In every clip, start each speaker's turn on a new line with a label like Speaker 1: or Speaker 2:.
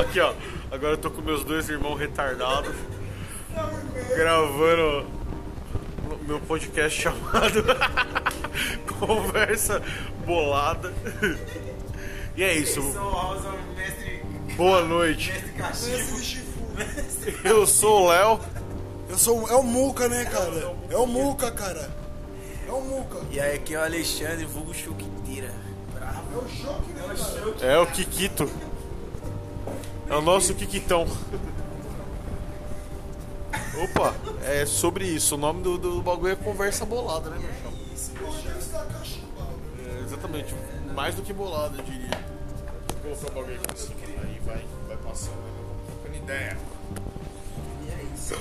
Speaker 1: Aqui, ó. Agora eu tô com meus dois irmãos retardados. gravando o meu podcast chamado Conversa Bolada. E é isso.
Speaker 2: São Rosa, mestre,
Speaker 1: Boa noite.
Speaker 2: mestre castigo.
Speaker 1: Eu sou o Léo.
Speaker 3: Eu sou. É o Muca, né, cara? É o Muca, cara. É o Muca.
Speaker 4: E aí aqui é o Alexandre, vulgo chuquiteira. Bravo.
Speaker 3: É o choque, né, cara?
Speaker 1: É o Kikito. É o nosso Kikitão. Opa, é sobre isso. O nome do, do bagulho é Conversa Bolada, né, meu chão?
Speaker 3: Hoje ele está cachumbado.
Speaker 1: É, exatamente. Mais do que bolada, eu diria. Vou colocar o bagulho aqui assim, que aí vai, vai passando, né? Trocando ideia.
Speaker 4: E é isso.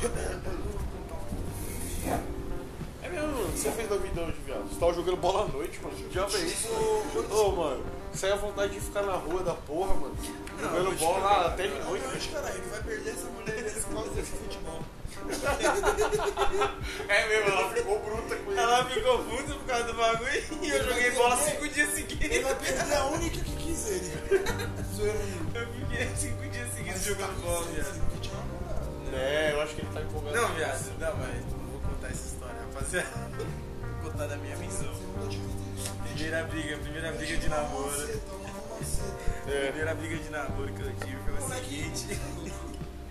Speaker 1: É mesmo, mano, o que você fez da vida hoje, viado? Você tava jogando bola à noite, mano. Que diabo é isso? mano? Ô, mano, sai a vontade de ficar na rua da porra, mano. Jogando bola lá até de noite.
Speaker 2: Mas, cara, ele vai perder essa mulher nessa causa de futebol.
Speaker 1: É mesmo, ela ficou bruta com ele.
Speaker 2: Ela ficou puta por causa do bagulho e eu joguei bola cinco dias
Speaker 3: Ele
Speaker 2: seguidos.
Speaker 3: vai perder a única que quis ele. Zoeira nenhuma.
Speaker 2: Eu fiquei cinco dias seguidos jogando bola, viado.
Speaker 1: É, eu acho que ele tá empolgado.
Speaker 2: Não, viado, não, mas não vou contar essa história, rapaziada. Vou contar da minha visão. Primeira briga, primeira briga de namoro.
Speaker 1: É,
Speaker 2: Primeira briga de namoro é que eu tive foi assim. o seguinte.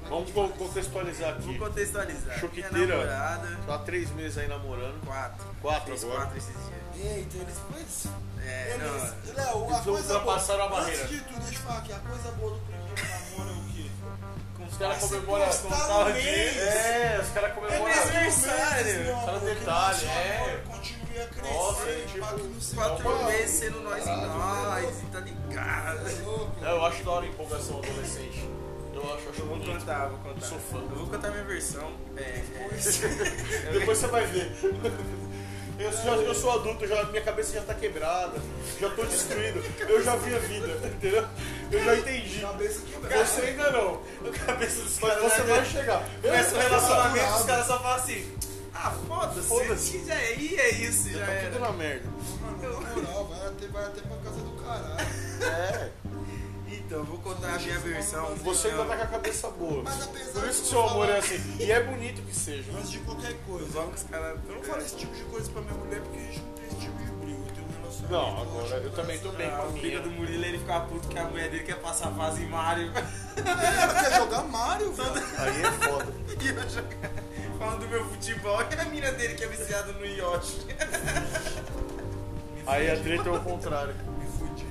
Speaker 1: Vamos co- contextualizar
Speaker 2: Vou
Speaker 1: aqui.
Speaker 2: contextualizar. Minha
Speaker 1: Choquiteira.
Speaker 2: namorada.
Speaker 1: Tá há três meses aí namorando.
Speaker 2: Quatro.
Speaker 1: Quatro
Speaker 2: Fez
Speaker 1: agora.
Speaker 2: quatro esses dias.
Speaker 3: Eita, eles. Mas.
Speaker 2: É, não.
Speaker 3: Eles. Léo, a
Speaker 1: Eles
Speaker 3: coisa boa.
Speaker 1: ultrapassaram a barreira.
Speaker 3: Antes de tudo, deixa eu falar aqui. A coisa boa do primeiro namoro é o quê?
Speaker 1: Os caras comemoram.
Speaker 3: postar
Speaker 1: comemoram-
Speaker 3: no mês.
Speaker 1: tá É, os caras comemoram.
Speaker 2: É mesmo?
Speaker 3: Aniversário, meu
Speaker 1: Fala
Speaker 3: amor, que
Speaker 1: detalhe,
Speaker 3: nosso
Speaker 1: é.
Speaker 3: amor Continue a crescer.
Speaker 1: Nossa, é tipo,
Speaker 3: pá, que não sei
Speaker 2: Quatro
Speaker 3: qual.
Speaker 2: meses sendo nós e nós, e tá ligado?
Speaker 1: É, eu acho da hora a empolgação adolescente. Eu acho, acho
Speaker 2: Vou
Speaker 1: muito
Speaker 2: contar, vou contar.
Speaker 1: Sou fã.
Speaker 2: Eu vou contar minha versão. É, é,
Speaker 1: Depois você vai ver. Eu sou, eu sou adulto, já, minha cabeça já tá quebrada, já tô destruído. Eu já vi a vida, entendeu? Eu já entendi.
Speaker 3: Cabeça quebrada.
Speaker 1: Você ainda não. A cabeça dos Mas
Speaker 2: caras
Speaker 1: você
Speaker 2: vai
Speaker 1: vai
Speaker 2: ver.
Speaker 1: chegar.
Speaker 2: Começa o
Speaker 3: é.
Speaker 1: Eu-
Speaker 2: relacionamento,
Speaker 3: curado.
Speaker 2: os caras só falam assim. Ah, foda-se.
Speaker 1: Foda-se.
Speaker 2: Já é, e é isso, já
Speaker 1: Tá tudo
Speaker 2: era.
Speaker 1: na merda.
Speaker 3: Mano, na moral, vai até, vai até pra casa do caralho.
Speaker 1: É.
Speaker 2: Então, eu vou contar a minha versão.
Speaker 1: Você ainda
Speaker 2: Não,
Speaker 1: tá com a cabeça boa.
Speaker 3: Mas apesar
Speaker 1: Por isso
Speaker 3: de
Speaker 1: que seu
Speaker 3: eu
Speaker 1: amor
Speaker 3: falar-
Speaker 1: é assim. E é bonito que seja.
Speaker 3: Antes de qualquer
Speaker 2: Os
Speaker 3: coisa.
Speaker 2: homens, os caras.
Speaker 3: Eu não falo esse tipo de coisa pra minha mulher porque a gente não tem esse tipo de briga. Eu tenho um relacionamento.
Speaker 1: Não, agora
Speaker 3: lógico,
Speaker 1: eu também tô bem com a
Speaker 2: A filha
Speaker 1: minha.
Speaker 2: do Murilo, ele fica puto que a mulher dele quer passar fase em Mario.
Speaker 3: Ela É, quer jogar Mario, velho.
Speaker 1: Aí é foda.
Speaker 2: e eu jogar. Falando do meu futebol. E a mina dele que é viciada no iote.
Speaker 1: Aí a treta é o contrário.
Speaker 3: Me fudi.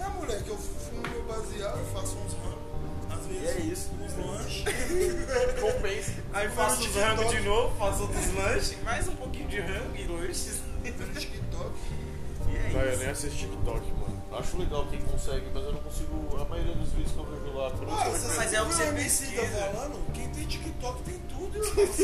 Speaker 3: É, moleque, eu fumo meu baseado, eu faço uns ramos. Às vezes.
Speaker 1: é isso.
Speaker 3: Uns lanches.
Speaker 1: Compensa.
Speaker 2: Aí faço os rangos de novo, faço outros lanches, mais um pouquinho de rango e lanches.
Speaker 3: tô no TikTok.
Speaker 2: E é
Speaker 1: Vai, eu
Speaker 2: isso.
Speaker 1: nem assisto TikTok, mano. Acho legal quem consegue, mas eu não consigo. A maioria dos vídeos que eu vejo lá, por
Speaker 3: Ah,
Speaker 1: isso
Speaker 2: mas é o que você
Speaker 3: Emicida
Speaker 2: pesquisa.
Speaker 3: tá falando, quem tem TikTok tem tudo, irmão.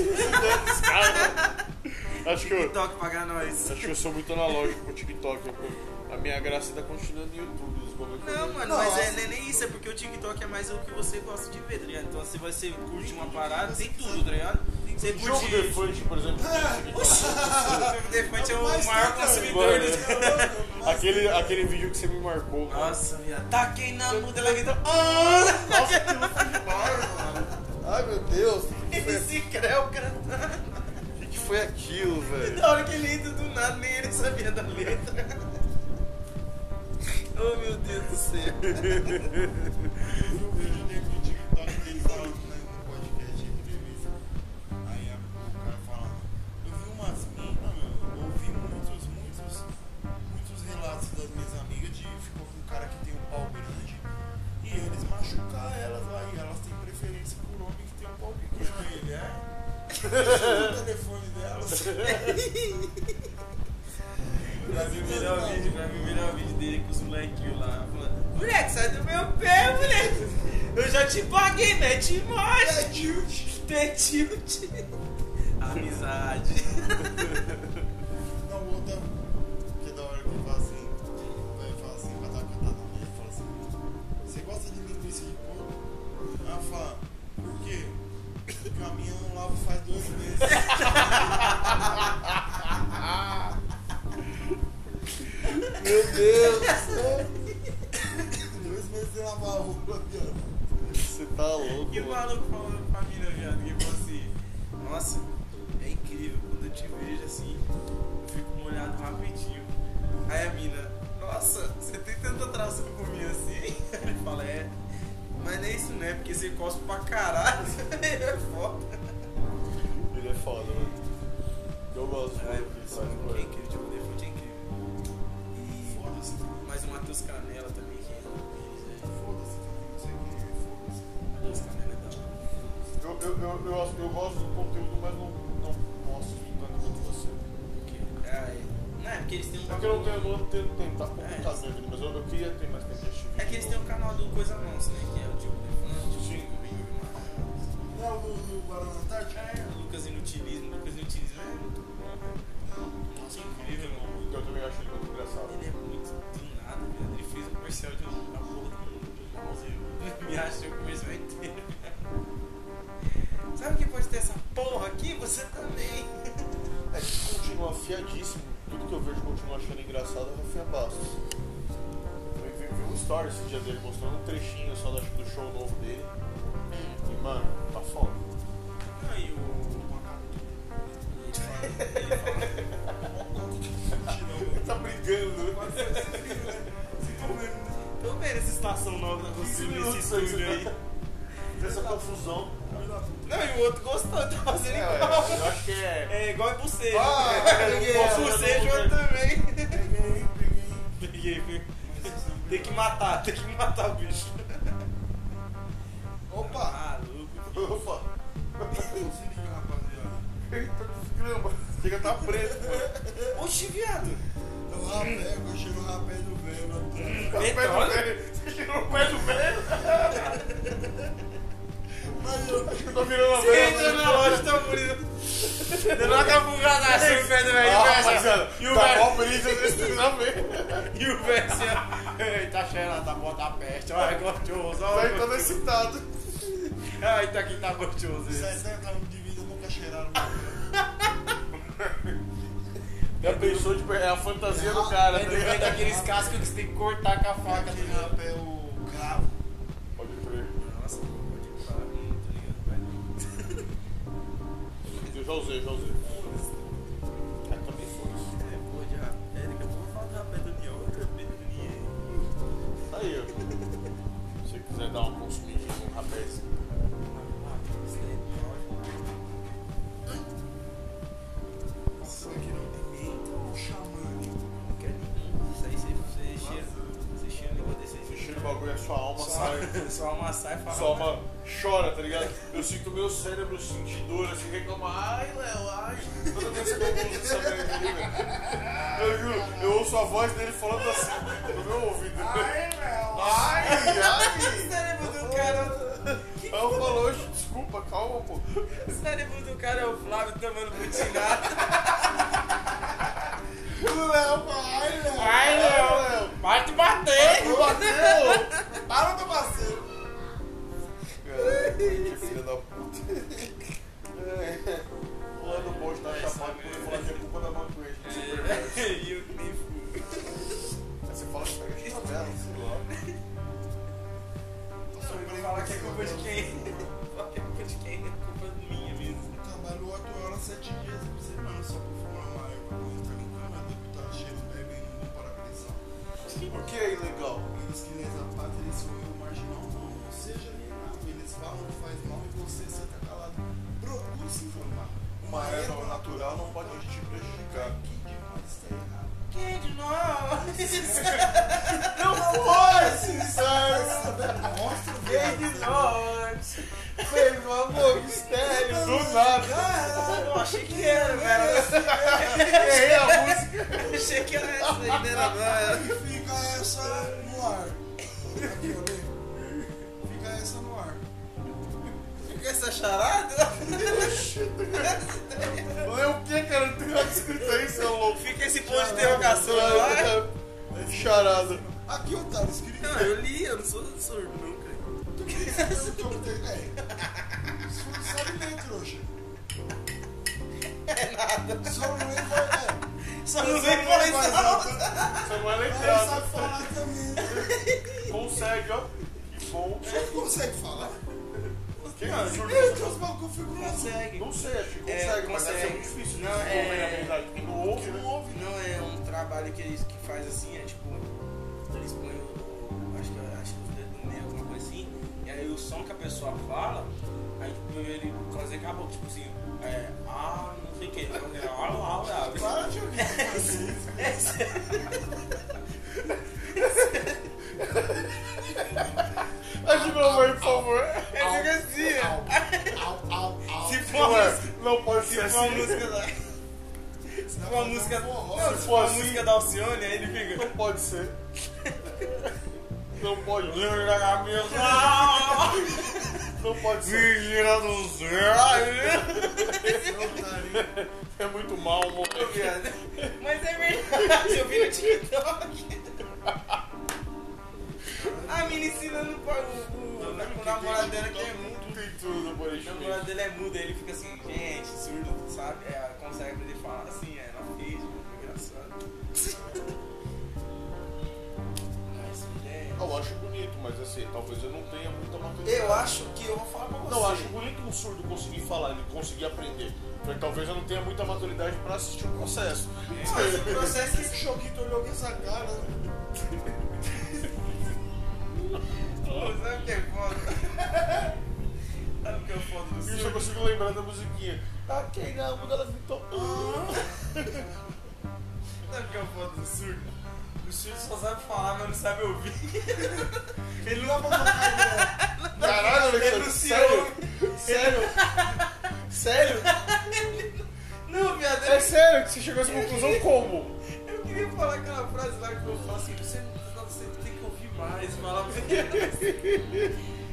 Speaker 1: acho, que eu,
Speaker 2: TikTok pagar nós.
Speaker 1: acho que eu sou muito analógico com o TikTok. eu- A minha graça tá continuando no YouTube. Os bagulho que eu
Speaker 2: Não,
Speaker 1: vejo.
Speaker 2: mano,
Speaker 3: Não,
Speaker 2: mas é,
Speaker 3: assim-
Speaker 2: não é nem isso, é porque o TikTok é mais o que você gosta de ver, tá ligado? Então se você curte uma parada, tem tudo, tá ligado? Você curte.
Speaker 1: Jogo Defante, por exemplo, tem TikTok.
Speaker 2: Jogo Defante é o maior consumidor
Speaker 1: Mano.
Speaker 3: é
Speaker 2: do.
Speaker 1: aquele, aquele vídeo que você me marcou, mano.
Speaker 2: Nossa, viado. Tá quem na muda, ela grita. Oh!
Speaker 1: Ai meu Deus,
Speaker 2: MC Creu cantando.
Speaker 1: o que, que foi aquilo, velho?
Speaker 2: Da hora que ele entra do nada, nem ele sabia da letra. Oh meu Deus do céu.
Speaker 3: Eu vejo dentro do TikTok dele falando né, no podcast entrevista. Aí a- o cara fala, eu vi umas minas, meu, eu ouvi muitos, muitos, muitos relatos das minhas amigas de ficou com um cara que tem um pau grande e eles machucar elas aí, elas têm preferência por homem que tem um pau pequeno aí, ele é. o telefone delas.
Speaker 2: Pra mim, o melhor vídeo, pra mim, o melhor vídeo dele com os molequinhos lá. Falando, moleque, sai do meu pé, moleque. Eu já te paguei, mete mais. Mete tilt. Amizade.
Speaker 3: Não, outra um que da hora que eu falo assim, vai falar assim, vai dar uma cantada no meio e fala assim, você gosta de linguiça de porco? Aí ela fala, por quê? Porque a minha não lava faz dois meses.
Speaker 1: Meu Deus!
Speaker 3: dois meses de lavar a roupa, viado.
Speaker 1: Você Você tá louco,
Speaker 2: E o
Speaker 1: mano.
Speaker 2: maluco falando pra mina, viado, que falou assim, nossa, é incrível, quando eu te vejo assim, eu fico molhado rapidinho. Aí a mina, nossa, você tem tanta atração por mim assim? Ele fala, é, mas nem isso né, porque você cospe pra caralho, é foda.
Speaker 1: Ele é foda, mano. Eu gosto do
Speaker 2: Aí eu
Speaker 1: maluco que
Speaker 2: pensei,
Speaker 1: faz
Speaker 2: "Mano,
Speaker 1: com
Speaker 2: que é
Speaker 1: ele.
Speaker 2: incrível, tipo, o Defante é incrível. E foda-se, mas o Matheus Canela também, que é
Speaker 3: Foda-se, também, não sei o que, foda-se.
Speaker 2: Matheus Canela é da hora.
Speaker 1: Eu, eu, eu, eu, gosto- eu gosto do conteúdo, mas não, não posso tanto quanto você.
Speaker 2: Ah, é. Não, é porque eles têm um
Speaker 1: É que eu não tenho, não tenho tempo, tá pouco
Speaker 2: É.
Speaker 1: tá minha vida, mas eu, eu queria ter mais tempo de assistir
Speaker 2: É que eles têm o canal do Coisa Nossa, né? Que é o Diogo Defante, o
Speaker 1: Sim.
Speaker 2: Chico, o Igor Guimarães.
Speaker 3: Não é o do- do Guarana Antártica?
Speaker 2: É, o Lucas Inutilismo, o Lucas Inutilismo é muito bom. Nossa, é incrível, mano.
Speaker 1: Eu também acho ele muito engraçado.
Speaker 2: Ele é muito do nada, velho. Ele fez um comercial de um da porra do Mouse. Me achei o comercial é inteiro. Sabe quem pode ter essa porra aqui? Você também.
Speaker 1: É que continua afiadíssimo. Tudo que eu vejo continua achando engraçado é o Rafinha Bastos. Eu vi, vi um story esse dia dele mostrando um trechinho só da- do show novo dele. E, mano, tá foda.
Speaker 2: Não, e o.
Speaker 1: Ele tá brigando, né?
Speaker 2: Tô vendo essa estação nova da
Speaker 1: Esse
Speaker 2: Rocinha nesse
Speaker 1: minuto aí,
Speaker 2: estúdio aí.
Speaker 1: Essa confusão.
Speaker 2: Não, e o outro gostou, tá fazendo
Speaker 1: É,
Speaker 2: igual.
Speaker 1: eu acho que é.
Speaker 2: É igual né? em bucejo.
Speaker 1: Ah, peguei.
Speaker 2: Igual bucejo eu também.
Speaker 3: Peguei, peguei.
Speaker 2: Peguei, viu?
Speaker 3: Mas vocês não
Speaker 2: Tem que matar, tem que matar o bicho.
Speaker 3: Opa!
Speaker 2: Maluco.
Speaker 1: Opa!
Speaker 3: Se liga, rapaziada.
Speaker 1: Eita, desgrama! Chega tá preto, mano.
Speaker 2: Oxi, viado.
Speaker 3: Eu rapé, eu né? cheiro o rapé do velho na terra.
Speaker 1: Tá pé do velho. Você tirou o pé do velho?
Speaker 3: Mas eu acho
Speaker 1: Tá virando a
Speaker 2: Você
Speaker 1: velha.
Speaker 2: entra na loja tão bonita. Dando uma cafungada assim, o velho, velho.
Speaker 1: Ah,
Speaker 2: e o velho,
Speaker 1: rapaziada,
Speaker 2: E o
Speaker 1: tá
Speaker 2: velho.
Speaker 1: mó brisa nesse treinamento.
Speaker 2: E o velho assim, ó. Eita, cheirando, tá bom, tá peste. Olha, gostoso.
Speaker 1: Tá todo
Speaker 2: Olha,
Speaker 1: excitado.
Speaker 2: Ai, tá aqui, tá gostoso.
Speaker 3: que
Speaker 2: esse.
Speaker 3: 70 anos de vida nunca cheiraram.
Speaker 1: Já pensou, tipo, é a fantasia do
Speaker 2: Tá
Speaker 1: cara, tá
Speaker 2: vendo
Speaker 1: ligado?
Speaker 2: daqueles cascos que você tem que cortar com a faca. tá
Speaker 3: Aquele
Speaker 2: ligado?
Speaker 3: rapé, o cravo.
Speaker 1: Pode crer.
Speaker 2: Nossa, pode falar muito, tá ligado, velho?
Speaker 1: Eu já usei, já usei. Aí também foi
Speaker 2: É, porra de rapé, daqui a pouco eu falo do rapé do Niel, rapé do Niel.
Speaker 1: isso. Tá Aí, ó. Se você quiser dar uma consumidinha no rapaz.
Speaker 3: Isso aqui não tem então nem chamando.
Speaker 2: Isso aí você cheira, você cheira um negócio desse aí.
Speaker 1: Você cheira o bagulho, a sua alma sai.
Speaker 2: Só, só amassar e falar.
Speaker 1: Só uma chora, tá ligado? Eu sinto o meu cérebro sentir dor, assim, reclama, ai, Léo, ai. Toda vez que eu ouço essa merda aí, velho. Eu juro, eu ouço a voz dele falando assim, no meu ouvido. Ai,
Speaker 2: O
Speaker 1: ai, ai.
Speaker 2: cérebro do cara.
Speaker 1: Aí eu falo, "Oxe, desculpa, calma, pô.
Speaker 2: O cérebro do cara é o Flávio tomando butinada.
Speaker 3: O Léo, ai, Léo.
Speaker 2: Ai,
Speaker 1: Léo.
Speaker 2: Vai te bater!
Speaker 1: Me bateu!
Speaker 3: Para, meu parceiro.
Speaker 1: Caralho, que filha da puta. É. O Lando Bosch tá chapado quando ele fala que é culpa da maconha. gente.
Speaker 2: É. E eu que nem fui.
Speaker 1: Aí você fala que pega de tabela, sei lá.
Speaker 2: Não, eu vou falar que é culpa de quem? Falar que é culpa de quem? É culpa minha mesmo.
Speaker 3: Trabalho 8 horas, 7 dias por semana só pra fumar maio. Tá no Canadá, deputado cheiro, bebe e não vão para a prisão.
Speaker 1: O que é ilegal?
Speaker 3: Eles que lesa a pátria, eles são o marginal, não, não seja alienado. Eles falam que faz mal e você só tá calado. Procure se informar.
Speaker 1: Uma erva é natural não pode te prejudicar.
Speaker 3: Que demais está errado.
Speaker 2: Quem é de nós?
Speaker 1: Não foi sincero!
Speaker 3: Mostra o
Speaker 2: Quem
Speaker 3: dedo.
Speaker 2: de nós?
Speaker 1: Fez um amor mistério É,
Speaker 3: Então,
Speaker 1: do nada.
Speaker 3: ah,
Speaker 2: Eu achei que era, velho.
Speaker 1: Errei a música.
Speaker 2: Eu achei que era essa aí, né? Era, não,
Speaker 3: E fica essa no ar. Aqui, ó, lê. Fica essa no ar.
Speaker 2: era. Fica essa charada?
Speaker 1: Lê o que, cara? Não tem nada escrito aí, seu louco. É
Speaker 2: Fica esse ponto de interrogação lá.
Speaker 1: Charada.
Speaker 3: Aqui, tá, Otário, escreve.
Speaker 2: Não, eu li, eu não sou surdo nunca.
Speaker 3: Tu que esse jogo tem. É. Isso não sabe nem, trouxa. É nada. Só não é. é.
Speaker 2: Só não vem por isso, não.
Speaker 1: Você não é
Speaker 3: Ele sabe né?
Speaker 1: lembrado.
Speaker 3: falar também.
Speaker 1: Consegue, ó. Que bom.
Speaker 3: Ele consegue falar?
Speaker 1: Que cara, jornalista
Speaker 3: Meu Deus, o maluco figurando.
Speaker 2: Consegue.
Speaker 1: Não sei, acho que consegue,
Speaker 2: É,
Speaker 1: mas deve ser
Speaker 2: consegue.
Speaker 1: muito difícil.
Speaker 2: Não,
Speaker 1: descobrir
Speaker 2: é-
Speaker 1: a verdade. Quem não ouve,
Speaker 3: Que
Speaker 1: né?
Speaker 3: não ouve,
Speaker 2: Não é um trabalho que eles que faz assim, é tipo, eles põem o. Acho que acho que os dedos no meio, alguma coisa assim, e aí o som que a pessoa fala, aí tipo, ele quase acabou, tipo assim, é. Ah, não sei o que, ah, ah, ah,
Speaker 3: Para de ouvir. Assim,
Speaker 2: É sério.
Speaker 1: Acho que meu amor, por favor.
Speaker 2: É fica assim,
Speaker 3: Au, au, au.
Speaker 2: ó.
Speaker 3: Se
Speaker 2: Se for uma música-
Speaker 1: Não pode
Speaker 2: se
Speaker 1: ser
Speaker 2: for uma
Speaker 1: assim.
Speaker 2: música da. Se for
Speaker 3: um
Speaker 2: uma música. Não,
Speaker 3: Forró,
Speaker 1: se
Speaker 2: se
Speaker 1: for
Speaker 2: for uma
Speaker 1: assim.
Speaker 2: música da Alcione, aí ele fica.
Speaker 1: Não pode ser. Não pode.
Speaker 2: Lembra da
Speaker 3: Ah!
Speaker 2: cabeça?
Speaker 1: Não pode ser.
Speaker 2: Mentira do céu!
Speaker 3: tá,
Speaker 1: É muito mal, amor.
Speaker 2: piada. Mas é verdade, eu vi no TikTok. A menina ensinando pra- o, o, o namorado dela que é mudo.
Speaker 1: Tem tudo, Boris
Speaker 2: O namorado dele é mudo, aí ele fica assim, gente, surdo, sabe? É, consegue aprender a falar assim, é, não fez, mano, é engraçado. Ah, Mas, mulher.
Speaker 1: Eu acho bonito, mas assim, talvez eu não tenha muita maturidade.
Speaker 2: Eu acho que eu vou falar pra você.
Speaker 1: Não, acho bonito um surdo conseguir falar, ele conseguir aprender. Mas talvez eu não tenha muita maturidade pra assistir o processo.
Speaker 2: Mas o processo é
Speaker 3: o Choquito olhou com essa cara. né?
Speaker 2: Pô, sabe o que é foda? sabe o que é foda do
Speaker 1: Isso eu
Speaker 2: surdo?
Speaker 1: consigo lembrar da musiquinha. Tá queimando, ela me tocou.
Speaker 2: Sabe o que é o foda do surdo? O surdo só sabe falar, mas não sabe ouvir. Ele não
Speaker 1: Caralho,
Speaker 2: Ele
Speaker 1: Alexandre,
Speaker 2: não se
Speaker 1: sério?
Speaker 2: ouve.
Speaker 1: Sério? Sério?
Speaker 2: Não, viado,
Speaker 1: É
Speaker 2: eu,
Speaker 1: sério que você chegou a essa conclusão como?
Speaker 2: eu queria falar aquela frase lá que eu falo assim, você, não- você tem que ouvir mais, falar menos.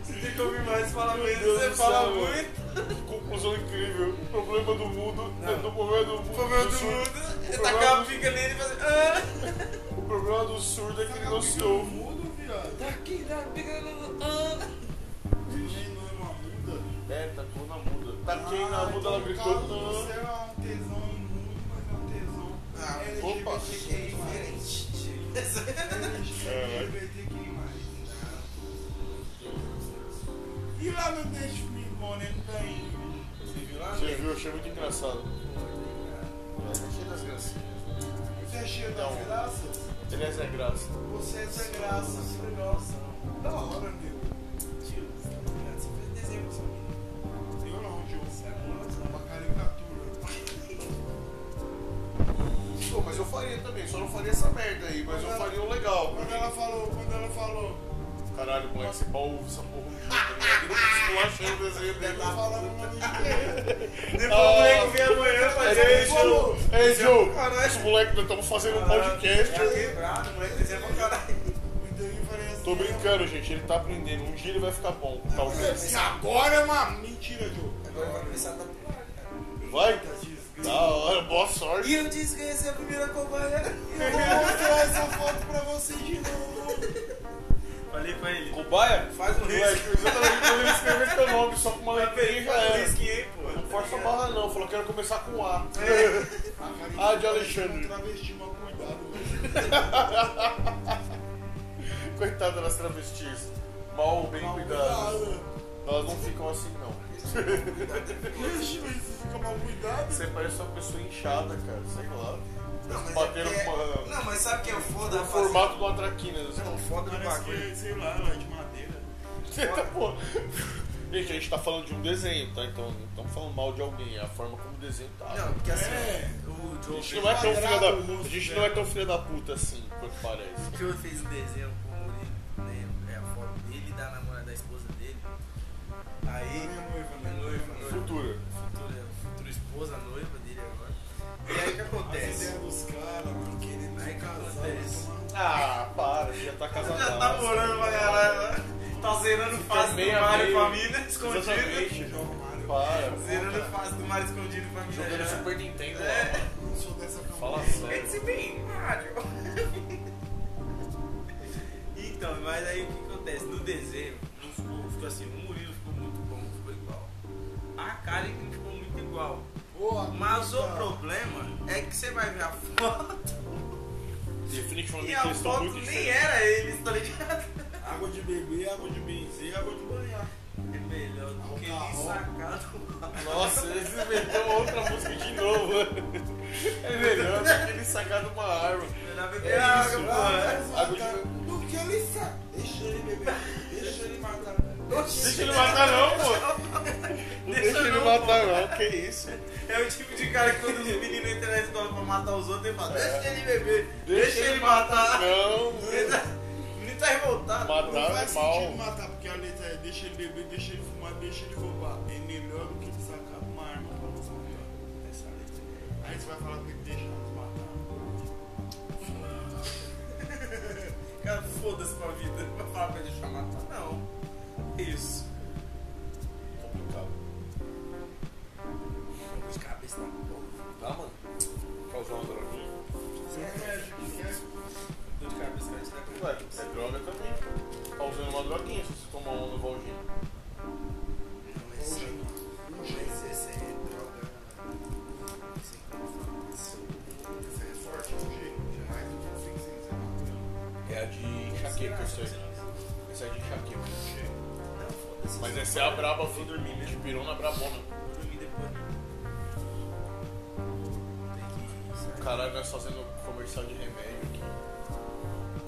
Speaker 2: Você tem que ouvir mais, falar
Speaker 1: Meu
Speaker 2: menos,
Speaker 1: Deus
Speaker 2: você
Speaker 1: do
Speaker 2: fala
Speaker 1: céu,
Speaker 2: muito.
Speaker 1: Que Conclusão incrível. O problema do mundo.
Speaker 2: Não.
Speaker 1: O problema do mundo.
Speaker 2: O problema do
Speaker 1: surdo-
Speaker 2: mundo é
Speaker 1: O
Speaker 2: tacar
Speaker 1: problema
Speaker 2: a
Speaker 1: do-
Speaker 2: pica nele e fazer. Ah,
Speaker 1: O problema do surdo é que ele não se
Speaker 3: Ficou
Speaker 1: ouve.
Speaker 3: mudo, viado.
Speaker 2: taquei na pica nele. Ah.
Speaker 3: Nem não é uma muda.
Speaker 1: É, tacou na muda.
Speaker 2: um
Speaker 1: Taquei
Speaker 3: Ah,
Speaker 1: na muda, ela
Speaker 3: então,
Speaker 1: gritou.
Speaker 3: caso
Speaker 1: "Não".
Speaker 3: Você é um tesão mudo, mas é um tesão.
Speaker 2: Ah,
Speaker 1: opa.
Speaker 3: LGBTQI+. LGBTQI+. E lá no Deixa Me Embora, ele tá indo.
Speaker 2: Você viu lá?
Speaker 1: Você viu? Eu achei muito engraçado. É, achei das graças.
Speaker 3: Você é cheio das
Speaker 1: Não.
Speaker 3: graças?
Speaker 1: Ele é Zé Graça.
Speaker 3: Você é sem graça. Da hora, nego.
Speaker 2: Tio, você fez desenho com sua menina.
Speaker 3: Eu não, tio.
Speaker 2: Você é moço.
Speaker 3: Uma caricatura.
Speaker 1: Pô, mas eu faria também, só não faria essa merda aí, mas eu faria o legal.
Speaker 3: Quando ela falou, quando ela falou,
Speaker 1: Caralho, moleque, esse pau ouve essa porra. tá ligado? Ele Esculachei o desenho
Speaker 3: eu
Speaker 1: dele.
Speaker 3: tô tá falando o nome inteiro.
Speaker 2: Depois
Speaker 1: Ah.
Speaker 2: o moleque vem amanhã fazer
Speaker 1: tá Ei,
Speaker 2: isso.
Speaker 1: Joe! Ei, Joe!
Speaker 2: Caralho.
Speaker 1: Os moleques, nós estamos fazendo um podcast.
Speaker 2: Tá
Speaker 3: é
Speaker 2: quebrado, moleque desenho pra caralho.
Speaker 3: Então eu falei assim.
Speaker 1: Tô brincando, gente, ele tá aprendendo. Um dia ele vai ficar bom,
Speaker 3: É
Speaker 1: talvez.
Speaker 3: Se agora é uma mentira, Jô.
Speaker 2: Agora vai começar a dar porrada, cara.
Speaker 1: Vai? Da hora, boa sorte.
Speaker 2: E eu disse que eu ia ser a primeira cobaia.
Speaker 3: Eu vou mostrar essa foto pra vocês de novo.
Speaker 2: Falei pra ele.
Speaker 1: Cobaia?
Speaker 2: Faz um
Speaker 1: Moleque,
Speaker 2: risco.
Speaker 1: exatamente quando ele escreveu teu nome, só com uma
Speaker 3: Tá
Speaker 1: letrinha e é tipo, já
Speaker 2: Faz um
Speaker 1: era.
Speaker 2: risco aí, pô.
Speaker 1: Não força a barra não, falou que era começar com A.
Speaker 3: É.
Speaker 1: Ah, de Alexandre.
Speaker 3: Travesti, mal cuidado.
Speaker 1: Coitada das travestis. Mal ou bem
Speaker 3: Mal
Speaker 1: cuidadas.
Speaker 3: cuidado.
Speaker 1: Elas não ficam assim não.
Speaker 3: Ixi, mas Você fica mal cuidado.
Speaker 1: Você parece uma pessoa inchada, cara, sei lá.
Speaker 2: Não, mas
Speaker 1: Bateram
Speaker 2: é, que
Speaker 1: uma-
Speaker 2: é... Não, mas sabe o que é o foda da
Speaker 1: O formato de uma traquina. assim.
Speaker 2: Não, o foda do
Speaker 3: Parece
Speaker 2: bagulho.
Speaker 3: que, sei lá, ela é de madeira.
Speaker 1: Você tá, pô. Gente, a gente tá falando de um desenho, tá? Então não estamos falando mal de alguém, é a forma como o desenho tá.
Speaker 2: Não, porque assim,
Speaker 3: É.
Speaker 2: o
Speaker 1: a
Speaker 2: Joe
Speaker 1: gente
Speaker 2: fez, né?
Speaker 1: não é tão filha da
Speaker 3: Quadrado, moço,
Speaker 1: A gente não é tão filha da puta assim, quanto parece.
Speaker 2: o Joe fez o desenho com o Murilo, né? É a foto dele e da namorada da esposa dele. Aí.
Speaker 3: Minha noiva, né?
Speaker 2: Minha noiva, noiva.
Speaker 1: Futura.
Speaker 2: futura, futura esposa, noiva dele agora. E aí o que
Speaker 3: As
Speaker 2: acontece?
Speaker 3: ideias dos caras, mano, querendo
Speaker 2: Aí
Speaker 3: se
Speaker 2: que
Speaker 3: casar.
Speaker 2: acontece?
Speaker 3: tomar-
Speaker 1: Ah, para, já tá casada.
Speaker 2: Já tá morando pra caralho, tá zerando fase
Speaker 1: meio
Speaker 2: do
Speaker 1: a
Speaker 2: Mario
Speaker 1: meio.
Speaker 2: com a mina escondida. Tá
Speaker 1: Exatamente.
Speaker 3: Joga Mario.
Speaker 1: Para.
Speaker 2: Zerando fase do Mario escondido com a mina.
Speaker 1: Jogando
Speaker 2: já.
Speaker 1: Super Nintendo
Speaker 2: É.
Speaker 1: lá.
Speaker 3: Não sou dessa campanha.
Speaker 1: Fala
Speaker 2: É que
Speaker 1: sério.
Speaker 2: se bem, Mario. Então, mas aí o que acontece? No desenho, não ficou, ficou assim, o Murilo ficou muito bom, ficou igual. A Karen não ficou muito igual.
Speaker 3: Pô,
Speaker 2: Mas o
Speaker 3: puta.
Speaker 2: problema é que você vai ver a foto e
Speaker 1: Definitivamente
Speaker 2: a
Speaker 1: eles estão
Speaker 2: foto
Speaker 1: muito
Speaker 2: nem
Speaker 1: diferentes.
Speaker 2: era eles, tá ligado?
Speaker 3: Água de beber, água de benzer, água de banhar.
Speaker 2: É melhor do que me
Speaker 3: Algarroba.
Speaker 2: sacar do mar.
Speaker 1: Nossa, eles inventam outra música de novo. É melhor do que ele sacar numa árvore.
Speaker 2: Melhor beber
Speaker 1: É
Speaker 2: água,
Speaker 1: isso,
Speaker 2: mano.
Speaker 1: mano. Água de-
Speaker 3: Do que ele sabe? Deixa ele beber. Deixa ele matar.
Speaker 1: Deixa ele matar não, pô. Não
Speaker 2: Deixa
Speaker 1: deixa ele
Speaker 2: não,
Speaker 1: matar não, que isso.
Speaker 2: É o tipo de cara que quando os meninos entram na escola pra matar os outros, ele fala, deixa ele beber,
Speaker 1: Deixa
Speaker 2: deixa ele
Speaker 1: ele
Speaker 2: matar.
Speaker 1: Não,
Speaker 2: Ele tá- O menino tá revoltado.
Speaker 1: Matar.
Speaker 3: Não faz
Speaker 2: tá
Speaker 1: Mal.
Speaker 3: sentido matar, porque a letra é deixa ele beber, deixa ele fumar, deixa ele roubar. É melhor do que sacar uma arma pra você matar. Essa letra. Aí você vai falar que deixa ele matar.
Speaker 2: Cara, foda-se pra vida. Não vai falar pra deixar matar, não. É Isso.
Speaker 1: complicado.
Speaker 2: Os cabeças na boca.
Speaker 1: Tá, mano? Causar uma droguinha?
Speaker 3: é
Speaker 2: Dor de cabeça, cara, isso dá
Speaker 1: Ué, é droga também. Causando uma droguinha se você tomar uma no Valgina.
Speaker 4: Não, esse, mas esse aí é droga. Esse
Speaker 3: Essa é forte, um jeito. Jamais eu consigo sem dizer nada.
Speaker 1: É a de enxaqueca, eu sei. Essa é a de enxaqueca.
Speaker 2: Não, foda-se.
Speaker 1: Mas essa é a braba, fui dormir mesmo. Pirona brabona.
Speaker 2: Vou dormir depois. Tem que sair.
Speaker 1: Caralho, nós fazendo comercial de remédio aqui.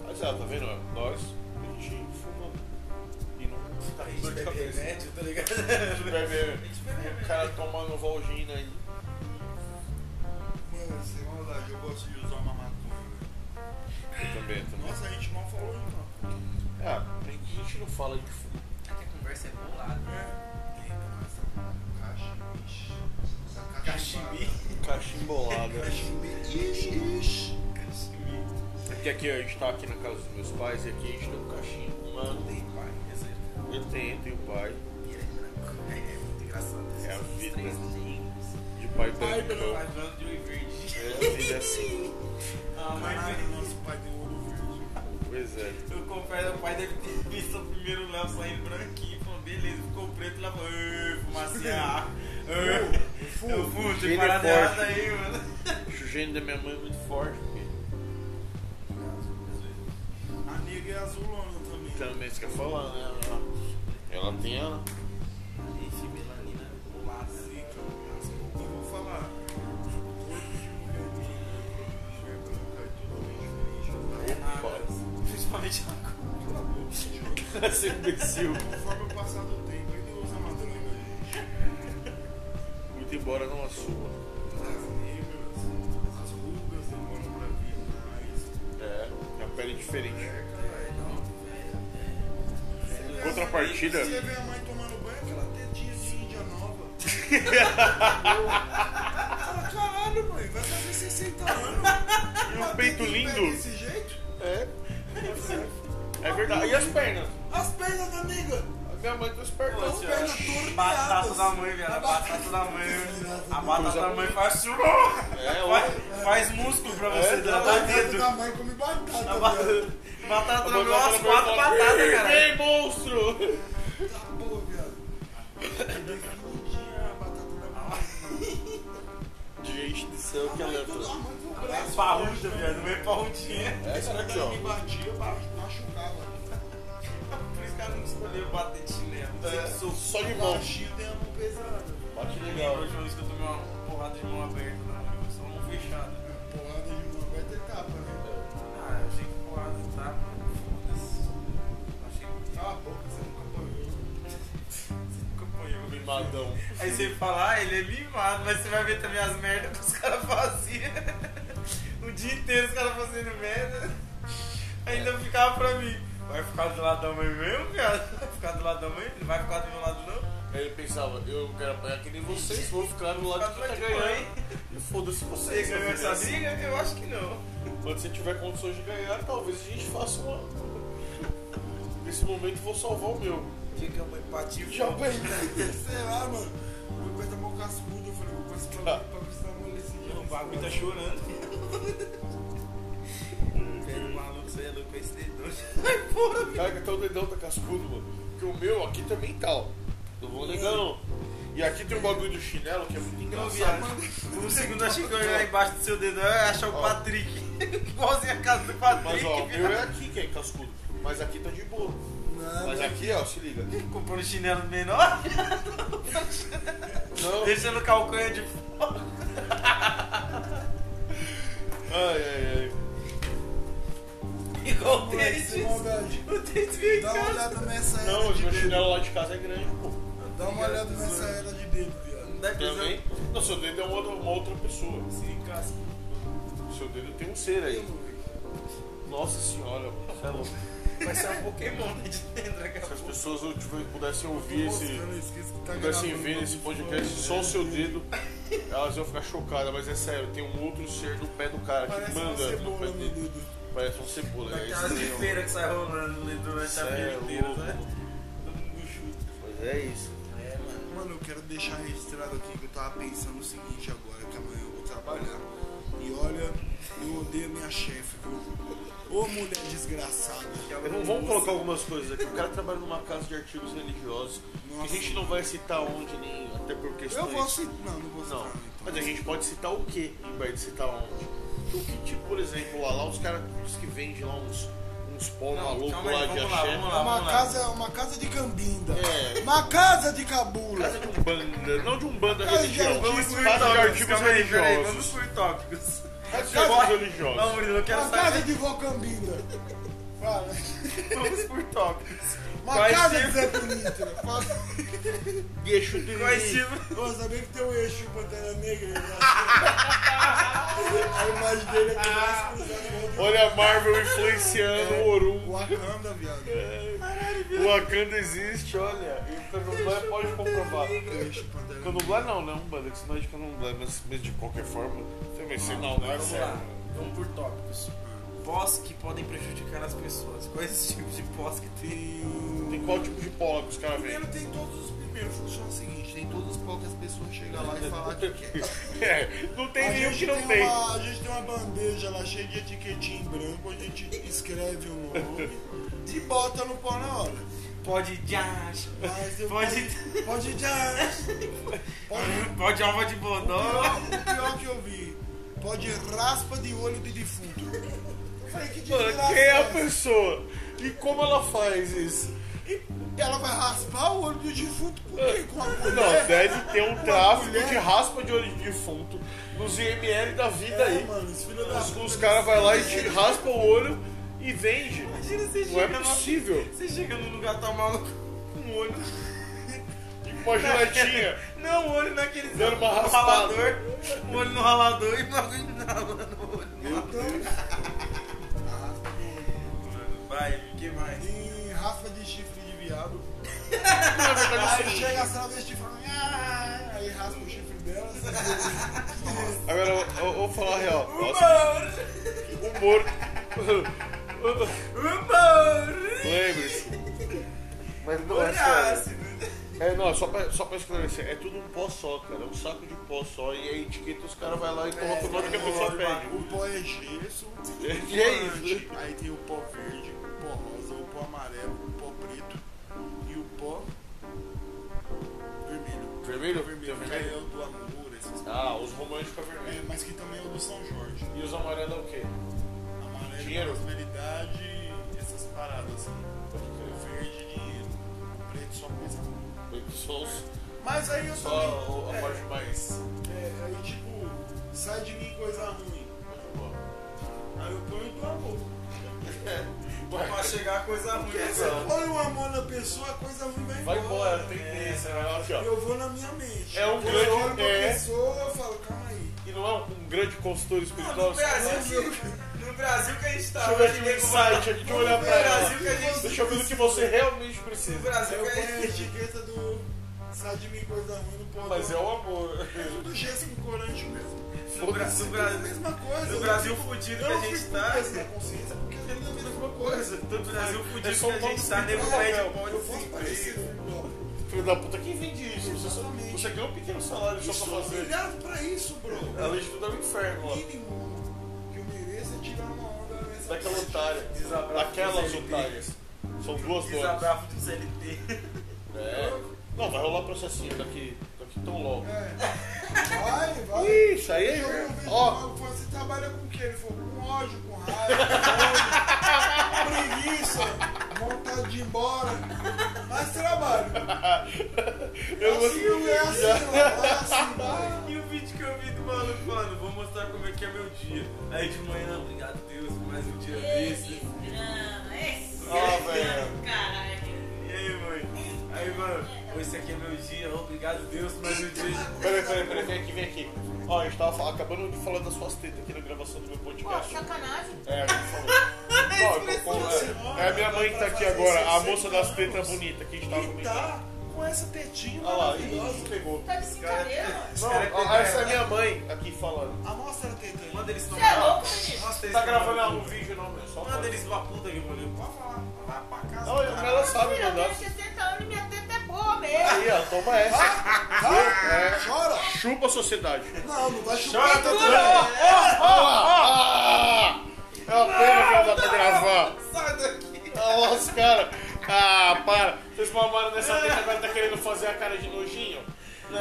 Speaker 1: Mas ah, tá vendo? ó, Nós, a gente fuma e não fica
Speaker 2: A
Speaker 1: com
Speaker 2: gente
Speaker 1: dor de
Speaker 2: bebe
Speaker 1: cabeça.
Speaker 2: remédio, tá ligado?
Speaker 1: A gente bebe-
Speaker 2: A gente bebe
Speaker 1: O
Speaker 2: remédio.
Speaker 1: cara tomando Valgina aí.
Speaker 3: Mano, sem maldade, eu gosto de usar uma maconha. velho.
Speaker 1: Eu também, também.
Speaker 3: Nossa, a gente mal falou de maconha.
Speaker 1: Ah, a gente não fala de fumo.
Speaker 2: Aqui a conversa é bolada.
Speaker 3: É. Eita, mas essa caixa, ixi. Essa
Speaker 2: Cachimbi.
Speaker 1: Cachimbolada.
Speaker 3: Cachimbi, ixi.
Speaker 2: Cachimbi.
Speaker 1: Porque aqui ó, a gente tá aqui na casa dos meus pais e aqui a gente tem um cachimbo. Mano,
Speaker 2: Tem pai, quer dizer,
Speaker 1: eu tenho, tenho pai.
Speaker 2: e ele é branco. É, é muito engraçado.
Speaker 1: É a
Speaker 2: esses
Speaker 1: vida.
Speaker 2: Três negros.
Speaker 1: De pai
Speaker 3: Pai
Speaker 1: branco.
Speaker 2: Pai branco de olho verde.
Speaker 1: É a vida assim.
Speaker 2: Ah,
Speaker 3: Caralho,
Speaker 2: mas
Speaker 3: nosso pai tem olho verde.
Speaker 1: Pois é.
Speaker 2: eu confesso, o pai deve ter visto o primeiro Léo saindo branquinho. Falou, beleza, ficou preto. Lá falou, "Ê, fumacinha. Ê, Eu fumo,
Speaker 1: cheiro é
Speaker 2: tem parada
Speaker 1: forte.
Speaker 2: errada aí, mano.
Speaker 1: O gênio da minha mãe é muito forte. porque
Speaker 3: A nega é azulona também.
Speaker 1: Também isso que eu ia falar, né? Ela, ela tem a.
Speaker 2: Gente, melanina bolada.
Speaker 3: Zica, eu vou falar. O corpo de mulher de mulher branca é totalmente diferente.
Speaker 2: É nada. Principalmente na
Speaker 3: Cala a boca, idiota.
Speaker 1: Esse imbecil.
Speaker 3: Conforme o passar do tempo, ele usa madranga, gente.
Speaker 1: Muito embora não a sua.
Speaker 3: As negras, as rugas demoram pra vir, mas.
Speaker 1: É, a pele é diferente.
Speaker 3: É, caralho, não. Você vê a
Speaker 1: Contrapartida.
Speaker 3: mãe- Você vê a mãe tomando banho, que ela até diz de Índia Nova. Fala, caralho, mãe, vai fazer 60 anos. Tá
Speaker 1: E o
Speaker 3: Mas
Speaker 1: peito
Speaker 3: tem que
Speaker 1: lindo.
Speaker 3: pé Desse jeito?
Speaker 1: É. É verdade. E as pernas?
Speaker 3: As pernas da nega.
Speaker 1: A minha mãe tem as pernas.
Speaker 3: As pernas
Speaker 2: Batata
Speaker 3: torneadas.
Speaker 2: da mãe, velho. A batata da mãe. A batata da mãe faz churro.
Speaker 1: É,
Speaker 2: Faz, faz músculo pra você, tá
Speaker 1: É, Tá
Speaker 2: dá
Speaker 3: A
Speaker 2: dedo.
Speaker 3: batata da mãe come batata.
Speaker 2: A
Speaker 3: viado.
Speaker 2: batata- Batata da mãe, umas quatro batatas, cara.
Speaker 1: Ei, monstro!
Speaker 3: Tá bom, viado. Defendia a batata da mãe.
Speaker 1: Gente do céu, que
Speaker 3: A mãe
Speaker 1: aleatório.
Speaker 3: toda- a mãe do
Speaker 2: É
Speaker 3: braço.
Speaker 2: parruda, velho. Meio parrudinha.
Speaker 1: É,
Speaker 3: Essa
Speaker 1: será
Speaker 3: daqui
Speaker 1: que
Speaker 3: me
Speaker 1: ó?
Speaker 3: batia, ba- machucava.
Speaker 2: Por isso que ela não escolheu bater de chinelo.
Speaker 1: É,
Speaker 2: Sempre soube.
Speaker 1: só de mão.
Speaker 3: Baixinho tem a mão pesada.
Speaker 1: Bate
Speaker 2: Eu
Speaker 1: legal.
Speaker 2: lembro a última vez que eu tomei uma porrada de mão aberta na mão, só um mão fechada.
Speaker 3: Porrada de mão vai ter tapa, né?
Speaker 2: Ah, eu achei que porrada tá, mano. Foda-se. Achei que
Speaker 3: Cala a boca, você nunca apanhou.
Speaker 2: nunca apanhou.
Speaker 1: Mimadão.
Speaker 2: Aí você fala, ah, ele é mimado, mas você vai ver também as merdas que os caras faziam. o dia inteiro os caras fazendo merda.
Speaker 1: É.
Speaker 2: Ainda ficava pra mim. Vai ficar do lado da mãe mesmo, cara? Vai ficar do lado da mãe? Não vai ficar do meu lado, não?
Speaker 1: Aí ele pensava, eu não quero apanhar que nem vocês, vou ficar do lado
Speaker 2: Ficar
Speaker 1: de
Speaker 2: do
Speaker 1: quem tá
Speaker 2: lado de mãe.
Speaker 1: ganhando. E foda-se
Speaker 2: Você
Speaker 1: vocês.
Speaker 2: ganhou
Speaker 1: tá
Speaker 2: essa
Speaker 1: ligado?
Speaker 2: briga? Eu acho que não.
Speaker 1: Quando você tiver condições de ganhar, talvez a gente faça uma. Nesse momento vou salvar o meu.
Speaker 2: Diga que a mãe partiu.
Speaker 1: Já
Speaker 2: foi.
Speaker 3: Sei lá, mano. Meu pai tá mal cascudo, eu falei, vou participar pra precisar amolecer.
Speaker 2: O bagulho tá chorando. Pega o maluco, você é louco, é esse dedão. Vai embora, meu.
Speaker 1: Cara, que até o dedão tá cascudo, mano. Porque o meu aqui também tá, ó. Não vou negar não. E aqui tem um bagulho do chinelo que é muito
Speaker 2: Não,
Speaker 1: engraçado.
Speaker 2: viado. Um segundo achei que eu ia olhar embaixo do seu dedo, eu ia achar o
Speaker 1: Ó.
Speaker 2: Patrick. Igualzinho a casa do Patrick.
Speaker 1: Mas ó, o meu
Speaker 2: viado.
Speaker 1: é aqui que é cascudo. Mas aqui tá de boa.
Speaker 3: Não,
Speaker 1: Mas aqui, ó, se liga.
Speaker 2: Ele comprou um chinelo menor,
Speaker 1: Não.
Speaker 2: deixando o calcanho de fora.
Speaker 1: Ai, ai, ai.
Speaker 2: Igual o
Speaker 3: moleque,
Speaker 2: tênis.
Speaker 3: sem maldade.
Speaker 2: O tênis veio em
Speaker 3: Dá uma
Speaker 2: casa.
Speaker 3: olhada nessa era
Speaker 1: Não,
Speaker 3: de
Speaker 1: hoje meu
Speaker 3: dedo.
Speaker 1: chinelo lá de casa é grande, pô.
Speaker 3: Dá uma olhada nessa era de dedo, viado.
Speaker 2: Dá impressão-
Speaker 1: Também. Não, seu dedo é uma outra, uma outra pessoa.
Speaker 3: Sim, casca.
Speaker 1: Seu dedo tem um ser aí. Nossa senhora, mano. Você é louco.
Speaker 2: Vai ser um Pokémon né, de dentro daqui a
Speaker 1: Se as
Speaker 2: pouco.
Speaker 1: pessoas não tiver- pudessem
Speaker 3: Tô
Speaker 1: ouvir esse.
Speaker 3: mostrando, eu esqueci que tá
Speaker 1: pudessem
Speaker 3: gravando
Speaker 1: ver
Speaker 3: pra
Speaker 1: nesse
Speaker 3: você.
Speaker 1: podcast só o seu dedo, elas iam ficar chocadas, mas é sério, tem um outro ser no pé do cara que
Speaker 3: Parece uma
Speaker 1: manda no pé
Speaker 3: cebola né? no
Speaker 1: dele.
Speaker 3: dedo.
Speaker 1: Parece um cebola, é
Speaker 2: Aquela
Speaker 1: estranho.
Speaker 2: feira que sai rolando ali durante a
Speaker 1: Cê é
Speaker 2: vida inteira,
Speaker 1: louco.
Speaker 2: né? Todo mundo chuta.
Speaker 1: Mas é isso.
Speaker 2: É, mano.
Speaker 3: Mano, eu quero deixar registrado aqui que eu tava pensando o seguinte agora, que amanhã eu vou trabalhar. E olha, eu odeio minha chefe, viu? Ô mulher desgraçada.
Speaker 1: Vamos, vamos colocar algumas coisas aqui. O cara trabalha numa casa de artigos religiosos. Que a
Speaker 3: Nossa.
Speaker 1: gente não vai citar onde, nem até por
Speaker 3: Eu
Speaker 1: questões.
Speaker 3: vou citar. Não, não vou citar.
Speaker 1: Não,
Speaker 3: então.
Speaker 1: mas a gente pode citar o que em vez de citar onde? O que, tipo, por exemplo, lá, lá os caras dizem que vendem lá uns, uns pó
Speaker 2: Não,
Speaker 1: maluco
Speaker 2: calma
Speaker 1: lá
Speaker 2: aí,
Speaker 1: de
Speaker 2: vamos lá,
Speaker 1: axé.
Speaker 2: vamos
Speaker 3: É
Speaker 2: lá,
Speaker 3: uma
Speaker 2: vamos lá.
Speaker 3: casa, uma casa de cambinda.
Speaker 1: É.
Speaker 3: Uma casa de cabula.
Speaker 1: Casa de Umbanda, não de um Umbanda
Speaker 3: Casa de
Speaker 1: religião.
Speaker 3: artigos,
Speaker 1: Vamos
Speaker 2: Vamos por
Speaker 1: casa de
Speaker 2: tópicos,
Speaker 1: artigos
Speaker 2: calma aí, peraí, vamos
Speaker 1: religiosos.
Speaker 2: por tópicos.
Speaker 1: Casa de
Speaker 2: Calma aí.
Speaker 1: artigos
Speaker 2: Não,
Speaker 1: religiosos.
Speaker 2: Murilo, eu quero
Speaker 3: Uma casa
Speaker 2: saber.
Speaker 3: de vó cambinda. Fala.
Speaker 2: Vamos por tópicos.
Speaker 3: Uma
Speaker 2: Quais
Speaker 3: casa de
Speaker 2: tipos-
Speaker 3: Zé Bonito. né? Fala.
Speaker 1: Gueixo de
Speaker 2: Quais tipos-
Speaker 3: Pô, sabia que tem um eixo Pantera Negra? né? A imagem dele é que mais cruzado.
Speaker 1: Olha a Marvel influenciando o
Speaker 3: um
Speaker 1: Orum.
Speaker 3: Wakanda, viado.
Speaker 1: O Wakanda existe, olha. E o Candomblé pode comprovar.
Speaker 3: Eixo Pantera Negra.
Speaker 1: Candomblé não, né? Umbanda, que senão é de Candomblé, mas, mas de qualquer forma, também sei não, não é
Speaker 2: Vamos lá,
Speaker 1: sério.
Speaker 2: vamos por tópicos. Pós que podem prejudicar as pessoas. Quais tipos de pós que tem?
Speaker 1: Tem qual tipo de polo que os caras vêm?
Speaker 3: Primeiro tem todos os primeiros. Funciona o seguinte: tem todos os poucas pessoas chegam lá e falar que quer.
Speaker 1: É, não tem
Speaker 3: A
Speaker 1: nenhum
Speaker 3: gente
Speaker 1: que não
Speaker 3: tem
Speaker 1: tem.
Speaker 3: Uma, a gente tem uma bandeja lá cheia de etiquetinha em branco, a gente escreve o nome e bota no pó na hora.
Speaker 2: Pode de acha.
Speaker 3: Mas eu-
Speaker 2: Pode,
Speaker 3: Pode já. Pode,
Speaker 2: pode alva de
Speaker 3: o,
Speaker 2: bodó.
Speaker 3: pior, o pior que eu vi. Pode raspa de olho de defunto. Eu Falei, que
Speaker 1: Mano,
Speaker 3: desgraça
Speaker 1: quem é a
Speaker 3: essa?
Speaker 1: pessoa? E como ela faz isso?
Speaker 3: Ela vai raspar o olho do defunto por quê? Com a mulher?
Speaker 1: Não, deve ter um tráfico
Speaker 3: mulher.
Speaker 1: de raspa de olho de defunto nos IML da vida aí.
Speaker 3: É, mano, os filhos da
Speaker 1: Os,
Speaker 3: puta,
Speaker 1: os
Speaker 3: eles-
Speaker 1: caras vão lá e te raspa o olho e vende.
Speaker 2: Imagina você
Speaker 1: Não é
Speaker 2: chega, no,
Speaker 1: possível.
Speaker 2: você chega num lugar tá maluco com um olho.
Speaker 1: E com a giletinha.
Speaker 2: Não, o olho naquele
Speaker 1: Dando uma
Speaker 2: no
Speaker 1: raspada.
Speaker 2: ralador. O olho no ralador e o bagulho ralando o olho. no ralador. Mano, Vai, o que mais?
Speaker 3: E raspa de chifre de viado.
Speaker 1: Na verdade,
Speaker 3: Aí
Speaker 1: assim,
Speaker 3: chega a travesti e fala. "Ah", Aí raspa o chifre dela. assim.
Speaker 1: Agora, eu, eu vou falar a real. Nossa,
Speaker 2: Humor!
Speaker 1: humor.
Speaker 2: Humor!
Speaker 1: Lembre-se. Mas não é
Speaker 2: Humor
Speaker 1: sério.
Speaker 2: ácido.
Speaker 1: É, não, só pra, só pra esclarecer, é tudo um pó só, cara. É um saco de pó só. E a etiqueta os caras vão lá e colocam o nome que a pessoa pede.
Speaker 3: O pó é gesso.
Speaker 1: E é isso.
Speaker 3: Antes, Aí tem o pó verde, o pó rosa, o pó amarelo, o pó preto e o pó vermelho.
Speaker 1: Vermelho?
Speaker 3: Vermelho, que
Speaker 1: vermelho?
Speaker 3: é o do amor, essas coisas.
Speaker 1: Ah, os românticos é
Speaker 3: É,
Speaker 1: vermelho.
Speaker 3: mas que também é o do São Jorge.
Speaker 1: E os amarelos é o quê?
Speaker 3: Amarelo,
Speaker 1: Dinheiro.
Speaker 3: prosperidade, essas paradas assim. O verde, dinheiro. O preto, só coisa boa.
Speaker 1: Só, os-
Speaker 3: Mas aí eu
Speaker 1: só
Speaker 3: também.
Speaker 1: a- a
Speaker 3: é,
Speaker 1: parte mais.
Speaker 3: é, aí tipo, sai de mim coisa ruim. Aí eu ponho do amor.
Speaker 2: Pra chegar a coisa ruim.
Speaker 3: Porque você
Speaker 2: pessoal.
Speaker 3: põe o amor na pessoa, a coisa ruim vai
Speaker 1: Vai
Speaker 3: embora. né?
Speaker 1: embora, tem desse, vai lá, aqui, ó.
Speaker 3: Eu vou na minha mente.
Speaker 1: É um
Speaker 3: Quando
Speaker 1: grande-
Speaker 3: Eu olho pra
Speaker 1: é.
Speaker 3: pessoa, eu falo, calma aí.
Speaker 1: E não é um, um grande consultor
Speaker 2: Ah,
Speaker 1: espiritual? assim?
Speaker 2: No Brasil, que, no Brasil que a gente tá
Speaker 1: Deixa eu ver
Speaker 2: hoje,
Speaker 1: aqui um
Speaker 2: nego,
Speaker 1: insight aqui, deixa eu olhar pra ela.
Speaker 2: Brasil que a gente-
Speaker 1: Deixa eu ver o que você realmente
Speaker 2: No
Speaker 1: precisa.
Speaker 3: Aí
Speaker 2: Brasil
Speaker 3: eu
Speaker 2: que
Speaker 3: ponho a
Speaker 2: a gente.
Speaker 3: etiqueta do. Sai de mim coisa ruim no pó.
Speaker 1: Mas é o amor.
Speaker 3: tudo gesso com corante mesmo.
Speaker 2: No, Bra- no,
Speaker 3: É a
Speaker 2: Brasil,
Speaker 3: mesma coisa.
Speaker 2: no
Speaker 3: eu
Speaker 2: Brasil
Speaker 3: não fico-
Speaker 2: fudido
Speaker 3: eu
Speaker 2: que a
Speaker 3: não
Speaker 2: gente
Speaker 3: fico
Speaker 2: tá.
Speaker 3: com peso na consciência, porque é tudo a mesma coisa. É,
Speaker 2: No Brasil fudido
Speaker 1: É só um
Speaker 2: que a
Speaker 1: ponto
Speaker 2: gente tá, nego
Speaker 1: espiritual,
Speaker 2: pede
Speaker 1: velho.
Speaker 2: pode
Speaker 3: Eu posso parecer
Speaker 2: desemprego.
Speaker 3: um bloco.
Speaker 1: Filho da puta, quem vende isso? Você, só,
Speaker 3: Exatamente.
Speaker 1: você ganha um pequeno salário
Speaker 3: Eu
Speaker 1: só pra
Speaker 3: sou
Speaker 1: fazer.
Speaker 3: humilhado pra isso, bro.
Speaker 1: Além de tudo é um inferno
Speaker 3: O
Speaker 1: lá.
Speaker 3: mínimo que eu mereço é tirar uma onda nessa
Speaker 1: Daquela otária. Daquelas otárias. São duas donas.
Speaker 2: Desabafo do CLT.
Speaker 1: É. Não, vai rolar processinho daqui, daqui tão logo.
Speaker 3: Vai, vai.
Speaker 1: Isso aí, é um.
Speaker 3: Eu não vejo
Speaker 1: ó.
Speaker 3: mal. Você trabalha com o que? Ele falou, com ódio, com raiva, com ódio, preguiça, vontade de ir embora.
Speaker 1: Eu
Speaker 3: assim, é assim, é assim, vai.
Speaker 2: E o vídeo que eu vi do maluco falando, vou mostrar como é que é meu dia. Aí de manhã, obrigado Deus por mais um dia desse.
Speaker 5: Não, esse
Speaker 1: Ah, velho.
Speaker 5: caralho.
Speaker 2: E aí, mãe? Aí, mano, esse aqui é meu dia, obrigado Deus por mais um dia.
Speaker 1: Peraí, peraí, peraí, vem aqui, vem aqui. Ó, a gente tava fal- acabando de falar das suas tetas aqui na gravação do meu
Speaker 5: Pô,
Speaker 1: podcast.
Speaker 5: sacanagem.
Speaker 1: É, a gente falou. Ó, eu- como- é, é a minha mãe que tá aqui agora, a moça das tetas bonita que a gente tava
Speaker 4: E
Speaker 1: comentando.
Speaker 4: tá com essa tetinha
Speaker 1: Olha lá,
Speaker 4: maravilhosa.
Speaker 1: isso pegou.
Speaker 5: Tá de brincadeira, mano.
Speaker 2: Esse
Speaker 1: Não,
Speaker 2: cara é
Speaker 1: ó, essa é a minha mãe aqui falando.
Speaker 4: A mostra a teta aí.
Speaker 2: Manda eles
Speaker 5: Você é
Speaker 2: tomar.
Speaker 5: louco, menino?
Speaker 2: Nossa, eles
Speaker 1: Tá
Speaker 2: tomar-
Speaker 1: gravando um vídeo não, meu? Só
Speaker 2: Manda
Speaker 1: pra...
Speaker 2: eles uma puta que eu falei, pode falar, vai pra casa.
Speaker 1: Não, eu- ela sabe
Speaker 5: Filho, eu
Speaker 1: mandar.
Speaker 5: tenho 60 anos e minha teta é boa mesmo.
Speaker 1: Aí, ó, toma essa.
Speaker 4: Vai,
Speaker 1: é.
Speaker 4: chora.
Speaker 1: Chupa a sociedade.
Speaker 4: Não, não vai chupar a
Speaker 1: Chora, tá
Speaker 4: teta.
Speaker 1: doendo. Ah, É uma pena que ela dá pra gravar.
Speaker 2: Sai daqui.
Speaker 1: Olha os caras. Ah, para. Vocês mamaram nessa teta agora tá querendo fazer a cara de nojinho? Não.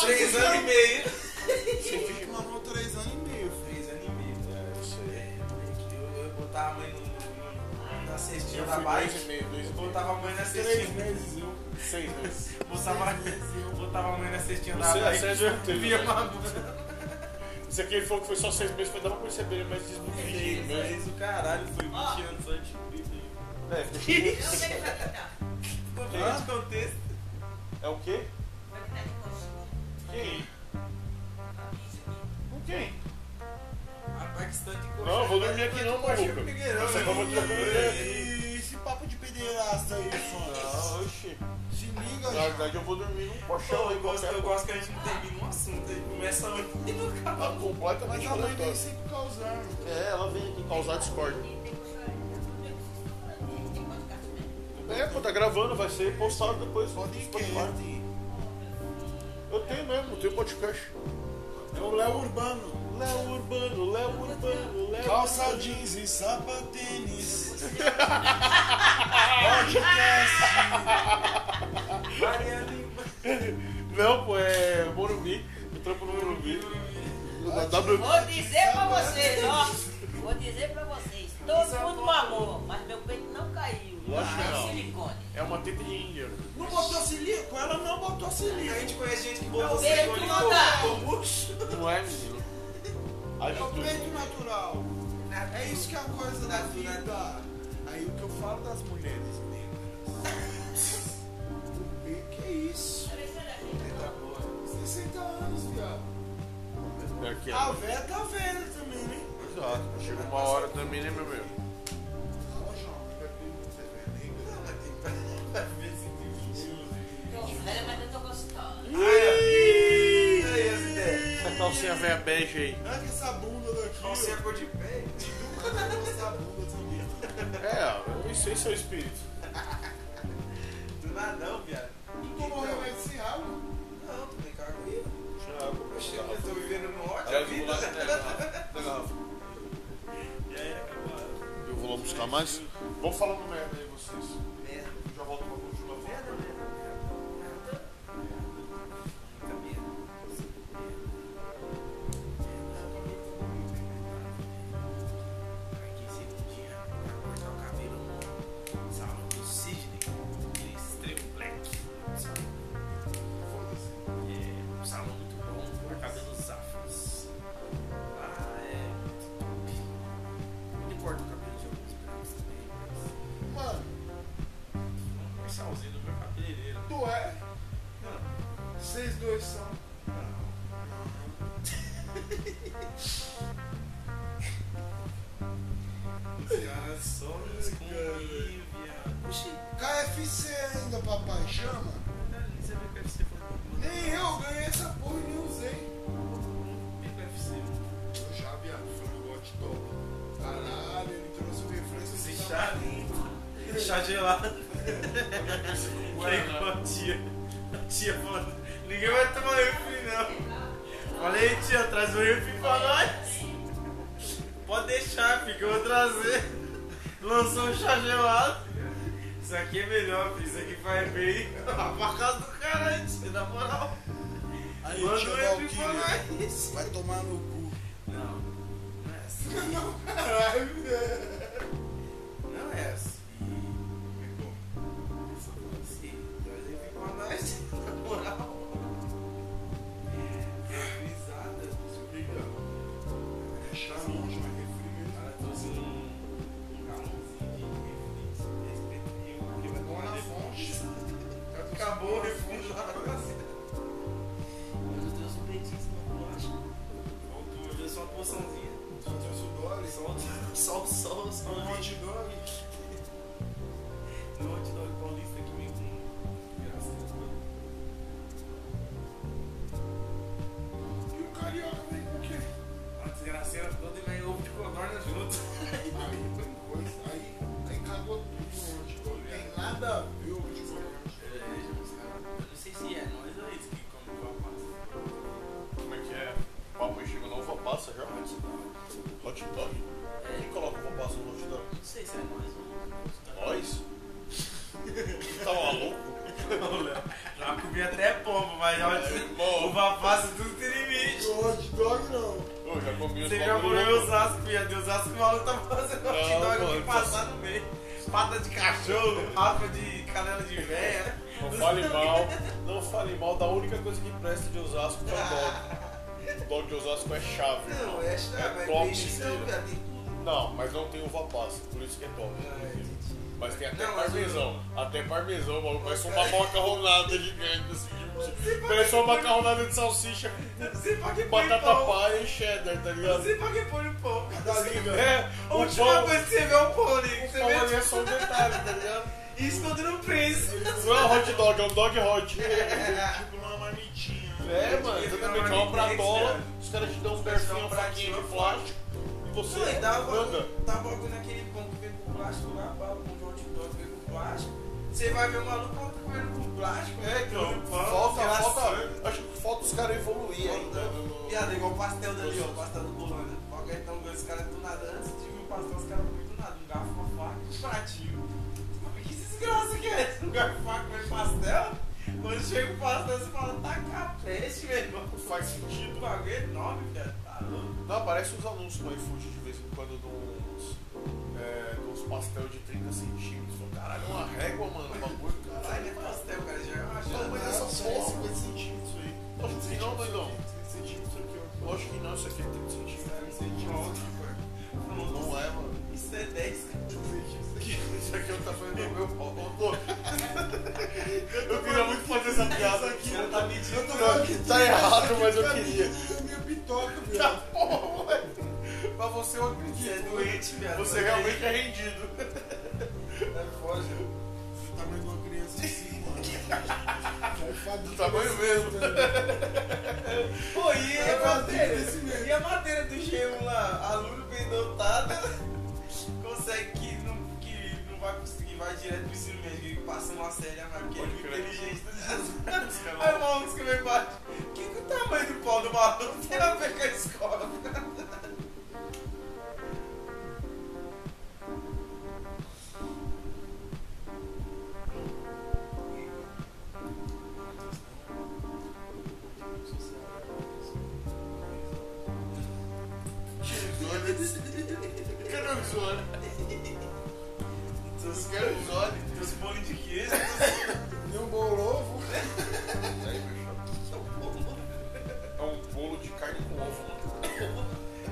Speaker 2: Três anos e meio.
Speaker 3: Ele mamou três anos e meio, filho.
Speaker 2: Três anos e meio, cara. É,
Speaker 1: Isso aí.
Speaker 2: Eu, eu botava a mãe no, no- na cestinha
Speaker 1: Eu
Speaker 2: da
Speaker 1: fui dois e
Speaker 2: bike.
Speaker 1: meio, dois e meio.
Speaker 2: Botava a mãe na
Speaker 3: Três
Speaker 2: cestinha.
Speaker 3: meses eu.
Speaker 1: Seis meses.
Speaker 2: Botava, botava a mãe na cestinha da
Speaker 1: Você, você é
Speaker 2: bike. Via
Speaker 1: solteiro.
Speaker 2: mamando.
Speaker 1: Isso aqui ele falou que foi só seis meses, mas dá pra perceber, mas
Speaker 2: É
Speaker 1: desnutrido mesmo.
Speaker 2: Isso, caralho, foi
Speaker 1: Ah.
Speaker 2: 20
Speaker 5: Ó.
Speaker 2: anos antes de bebê.
Speaker 1: É,
Speaker 5: Eu tá.
Speaker 1: fica-
Speaker 5: tenho validade.
Speaker 2: Tô
Speaker 1: Hã?
Speaker 2: vendo de contexto.
Speaker 1: é o quê?
Speaker 5: Validade de coxinha.
Speaker 1: Quem? Com quem?
Speaker 2: A Paquistão de coxa.
Speaker 1: Não, eu vou dormir aqui não, maluca. Você acabou de né? comer.
Speaker 3: E esse papo de pederasta aí, Sônia?
Speaker 1: Ah, Oxi.
Speaker 3: Se liga,
Speaker 1: Na
Speaker 3: gente.
Speaker 1: verdade eu vou dormir num colchão
Speaker 2: Não,
Speaker 1: aí
Speaker 2: Então, eu gosto,
Speaker 1: qualquer
Speaker 2: eu
Speaker 1: coisa.
Speaker 2: gosto que a gente não termina um assunto. Aí começa um. a e não acaba.
Speaker 1: Tá completamente
Speaker 3: Mas a mãe vem
Speaker 1: aleatório.
Speaker 3: sempre causando.
Speaker 1: É, ela vem aqui causar discórdia. É, pô, tá gravando, vai ser postado depois.
Speaker 3: Pode ir,
Speaker 1: Spotify.
Speaker 3: quieto.
Speaker 1: Eu tenho mesmo, eu tenho podcast.
Speaker 3: É o Léo Urbano.
Speaker 1: Léo Urbano, Léo Urbano, Léo.
Speaker 3: Calça jeans e sapatênis. Podcast.
Speaker 2: Mariana e
Speaker 1: Não, pô, é Morumbi. Eu trampo no Morumbi. Na W.
Speaker 5: Vou dizer pra vocês, ó. Vou dizer pra vocês. Todo mundo mamou, mas meu peito não caiu.
Speaker 1: é Lógico que
Speaker 5: Tem
Speaker 1: não.
Speaker 5: silicone.
Speaker 1: É uma teta de índia.
Speaker 3: Não botou silico? Ela não botou
Speaker 2: A
Speaker 3: silico.
Speaker 2: gente conhece gente que botou
Speaker 5: Meu
Speaker 2: silicone
Speaker 5: peito
Speaker 2: e
Speaker 5: não dá.
Speaker 2: colocou murcho.
Speaker 1: Não é, menino? Ai,
Speaker 3: É o
Speaker 1: Jesus.
Speaker 3: peito natural. É isso que é a coisa da vida. Aí o que eu falo das mulheres negras. O peito que é isso? 60 anos, viado.
Speaker 1: Pior que é.
Speaker 3: A véia tá velha também, né?
Speaker 1: Exato. Chega uma hora também, né, meu meu?
Speaker 3: Não, jovem, vai ver se é negra. um né?
Speaker 5: Tô velha, mas eu tô gostosa.
Speaker 1: Ih!
Speaker 2: Aí as ideias.
Speaker 1: Essa É calcinha velha bege
Speaker 3: Olha que essa bunda daqui. ó.
Speaker 2: Calcinha cor de pé.
Speaker 3: um Essa bunda também.
Speaker 1: aí. É, eu não sei se é o espírito.
Speaker 2: Do nada não, viado.
Speaker 3: Tu tomou remédio sem água?
Speaker 2: Não, tô bem cago aí.
Speaker 1: Já
Speaker 2: Poxa,
Speaker 1: começou.
Speaker 2: eu tô vivendo uma ótima
Speaker 1: né?
Speaker 2: vida.
Speaker 1: Eu
Speaker 2: E aí, acabou.
Speaker 1: vou lá buscar mais. Vou falar uma merda aí vocês.
Speaker 2: Merda,
Speaker 1: Já volto pra continuar
Speaker 2: merda,
Speaker 1: falando.
Speaker 2: merda, merda. Muita merda. Salão do Sidney, extremo black.
Speaker 3: Foda-se.
Speaker 2: É um salão muito bom, por cabelos afros. Lá é muito top. Ele corta o cabelo de alguns brancos também, mas
Speaker 3: Mano,
Speaker 2: é um comercialzinho do meu cabeleireiro.
Speaker 3: tu é.
Speaker 2: Não,
Speaker 3: Vocês dois são.
Speaker 2: não. Os caras só nos comiam, viado. Oxi,
Speaker 3: KFC ainda, papai. Chama.
Speaker 2: você vê o UFC falando mano.
Speaker 3: Nem eu ganhei essa porra e nem usei.
Speaker 2: Vem pro UFC.
Speaker 3: Eu já, viado. Frangote top. Caralho, ele trouxe o refresco.
Speaker 2: Esse
Speaker 3: assim,
Speaker 2: chá, chá gelado. Falei com a tia. A tia falando, ninguém vai tomar refri não. Falei, tia, traz o refri pra nós. Pode deixar, filho, que eu vou trazer. Lançou um chá gelado. Isso aqui é melhor, filho. Isso aqui faz bem. Pra casa do caralho, tia, na moral.
Speaker 3: Aí,
Speaker 2: Manda
Speaker 3: tio
Speaker 2: o refri pra
Speaker 3: Valkyria,
Speaker 2: nós.
Speaker 3: Vai tomar no cu.
Speaker 2: Não, não é assim.
Speaker 3: Caralho, velho.
Speaker 2: Não é assim. É bom. É só você. Traz
Speaker 3: boa e fumada.
Speaker 2: Deus deu um petisco na bolacha. Deus deu é só uma poçãozinha.
Speaker 3: Só trouxe o dólar,
Speaker 2: Só,
Speaker 3: só
Speaker 2: só o sol, só
Speaker 3: um
Speaker 2: o hot
Speaker 3: hot dog.
Speaker 2: no hot dog paulista que vem com graça.
Speaker 3: E o carioca vem com o quê?
Speaker 2: A desgraceira toda e vem ovo de codorna junto.
Speaker 3: Aí tem coisa, aí, aí cagou tudo no hot dog. Tem nada a ver o hot dog.
Speaker 2: É, os caras- eu não sei se é nós ou é isso que come com a pasta.
Speaker 1: Como é que é? Papo e chega na uva passa já? Hot dog? Quem
Speaker 2: É,
Speaker 1: coloca uva passa no hot dog?
Speaker 2: não sei se é nós
Speaker 1: Nós?
Speaker 2: ou
Speaker 1: tá maluco?
Speaker 2: Já comi até pomba, mas já
Speaker 3: É,
Speaker 1: Irmão.
Speaker 2: o papasso tudo tem limite.
Speaker 3: O hot dog não.
Speaker 1: Eu já comi os
Speaker 2: Você já morou em
Speaker 1: bagulho. né?
Speaker 2: Osasco, filha de Osasco, o maluco tá fazendo hot
Speaker 1: Não,
Speaker 2: dog
Speaker 1: mano,
Speaker 2: aqui passar no meio. Pata de cachorro, rapa de canela de véia. né?
Speaker 1: Não fale mal, não fale mal da única coisa que presta de Osasco que é o dog. O dog de Osasco é chave. irmão.
Speaker 2: Não, é chave,
Speaker 1: top
Speaker 2: é peixe,
Speaker 1: inteiro.
Speaker 2: não, cara, tem tudo.
Speaker 1: Não, mas não tem uva passa, por isso que é top.
Speaker 2: Ah, entendi.
Speaker 1: Mas tem até
Speaker 2: Não, mas é.
Speaker 1: parmesão. Até parmesão, o maluco. Parece uma
Speaker 2: Cara.
Speaker 1: macarronada gigante, assim. de- Parece uma
Speaker 2: um-
Speaker 1: macarronada de salsicha com
Speaker 2: Você paga põe em
Speaker 1: batata
Speaker 2: um pão.
Speaker 1: palha e cheddar, tá ligado?
Speaker 2: Você paga põe em um pão.
Speaker 3: Tá ligado?
Speaker 1: É,
Speaker 2: A
Speaker 1: o
Speaker 2: última
Speaker 1: pão,
Speaker 2: coisa que você vê é um pão ali.
Speaker 1: o
Speaker 2: Você
Speaker 1: pão ali
Speaker 2: vê tipo,
Speaker 1: é só um detalhe, tá ligado?
Speaker 2: e esconde no preço.
Speaker 1: Não é hot dog, é um dog hot.
Speaker 3: Tipo numa marmitinha.
Speaker 1: É, mano, exatamente. É uma pratola, os caras te dão um
Speaker 2: caras te dão
Speaker 1: perfinho,
Speaker 2: um
Speaker 1: uma faquinha de
Speaker 2: pratinho,
Speaker 1: plástico e você
Speaker 2: Não, e dava
Speaker 1: manda.
Speaker 2: Tava bagulho naquele pão que vem com plástico lá, pá, o pão de hot dog vem com plástico. Você vai ver o maluco tá comendo com plástico.
Speaker 1: É, então,
Speaker 2: comendo pão,
Speaker 1: falta,
Speaker 2: maçã.
Speaker 1: falta, acho que falta os caras evoluir ainda. né, no- no-
Speaker 2: Viado, é igual o pastel dali, ó, o pastel do Bolândia. Qualquer então ganha os caras do nada. Antes de vir o pastel, os caras comem do nada. Um garfo, uma faca, um pratinho. Que desgraça que é essa? Um garfo, faca, comer pastel? Quando chega o pastel, você fala, tá capete, meu irmão.
Speaker 1: Faz sentido.
Speaker 2: O bagulho é enorme, velho. Tá louco.
Speaker 1: Não, aparece uns anúncios no iFood de vez em quando de uns, é, de uns pastel de 30 centímetros. Fala, Caralho, é uma régua, mano, o bagulho,
Speaker 2: Caralho, é
Speaker 1: caralho.
Speaker 2: pastel, cara. Já é uma
Speaker 1: Não, mas
Speaker 2: janta.
Speaker 1: essa porra.
Speaker 3: centímetros aí.
Speaker 1: Acho que não, doidão.
Speaker 3: centímetros aqui, ó.
Speaker 1: Lógico que não, isso aqui é 30 centímetros.
Speaker 2: Pronto. Pronto.
Speaker 1: Não é, mano.
Speaker 2: Isso é 10, cara.
Speaker 1: Isso aqui é o tamanho do meu pau. Ô, Eu queria muito fazer essa piada
Speaker 2: O
Speaker 1: aqui. é-
Speaker 2: cara tá medindo.
Speaker 1: Não, que tá errado, mas eu queria.
Speaker 3: Minha pitoca, velho.
Speaker 1: Tá porra, velho. Mas você eu
Speaker 2: Você é
Speaker 1: acredito.
Speaker 2: doente, viado. É
Speaker 1: Você realmente é rendido.
Speaker 3: Do tamanho de uma criança assim, mano. É fadinha.
Speaker 1: Do tamanho mesmo.
Speaker 2: Pô,
Speaker 1: É
Speaker 2: e a matéria?
Speaker 3: desse mesmo.
Speaker 2: E a matéria do G1 lá? Aluno bem dotado consegue que não, que não vai conseguir, vai direto pro ensino médio, que passa uma série a mais, porque ele é
Speaker 1: Pode
Speaker 2: muito
Speaker 1: crer.
Speaker 2: inteligente. tá ligado? Aí o maluco que vem embaixo, que que o tamanho do pau do maluco tem a ver com a escola?
Speaker 1: Quero os olhos.
Speaker 2: Seus-
Speaker 1: Quero os olhos.
Speaker 2: Seus bolos de queijo,
Speaker 3: Meu bolovo.
Speaker 1: É um bolo de carne com ovo, mano.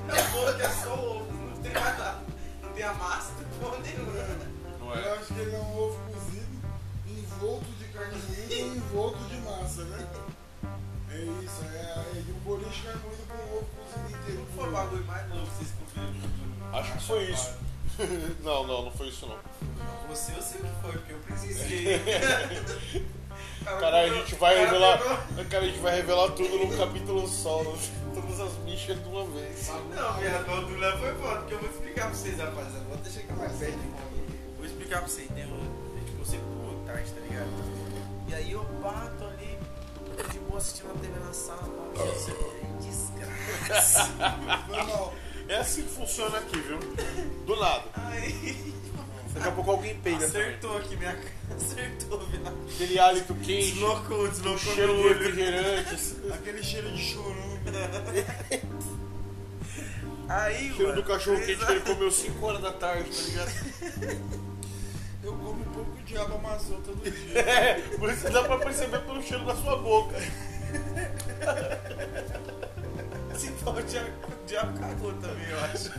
Speaker 2: É um bolo que é só ovo, não tem mais nada. Não tem a massa, não tem porra nenhuma.
Speaker 1: Não
Speaker 3: Eu acho que ele é um ovo cozido, envolto de carne moída e envolto de massa, né? É isso, é, é de um bolinho de carne moída com ovo cozido inteiro.
Speaker 2: Não foi o bagulho mais louco que vocês comiam.
Speaker 1: Acho que foi isso. Não, não, não foi isso não.
Speaker 2: Você eu sei o que foi, porque eu presenciei.
Speaker 1: Caralho, a gente vai revelar.
Speaker 2: pegou-
Speaker 1: É, Cara, a gente vai revelar tudo num capítulo só, né? todas as michas de uma vez.
Speaker 2: assim, Não, minha mão do Léo foi foda, porque eu vou explicar pra vocês, rapaziada. Vou até chegar mais perto de mim. Vou explicar pra vocês, tem um. é Tipo, eu sempre pulo tarde, tá ligado? E aí eu bato ali, de boa assistindo a TV na sala,
Speaker 1: Ah.
Speaker 2: pá, não sei o que, desgraça.
Speaker 3: Foi mal.
Speaker 1: É assim que funciona aqui, viu? Do nada.
Speaker 2: Aí,
Speaker 1: Daqui a pouco alguém peida.
Speaker 2: acertou aqui minha cara, acertou, viado.
Speaker 1: Aquele hálito quente,
Speaker 2: Deslocou,
Speaker 1: o
Speaker 2: deslocou
Speaker 1: cheiro
Speaker 2: meu
Speaker 1: de
Speaker 2: olho.
Speaker 1: refrigerantes,
Speaker 3: Aquele cheiro de chorume. né?
Speaker 2: Aí,
Speaker 1: o cheiro
Speaker 2: mano,
Speaker 1: do cachorro quente que ele
Speaker 2: exato.
Speaker 1: comeu 5 horas da tarde, tá ligado?
Speaker 3: Eu como um pouco de aba maçã todo dia.
Speaker 1: É, você dá pra perceber pelo cheiro da sua boca.
Speaker 2: Esse pau o diabo- o diabo cagou também, eu acho.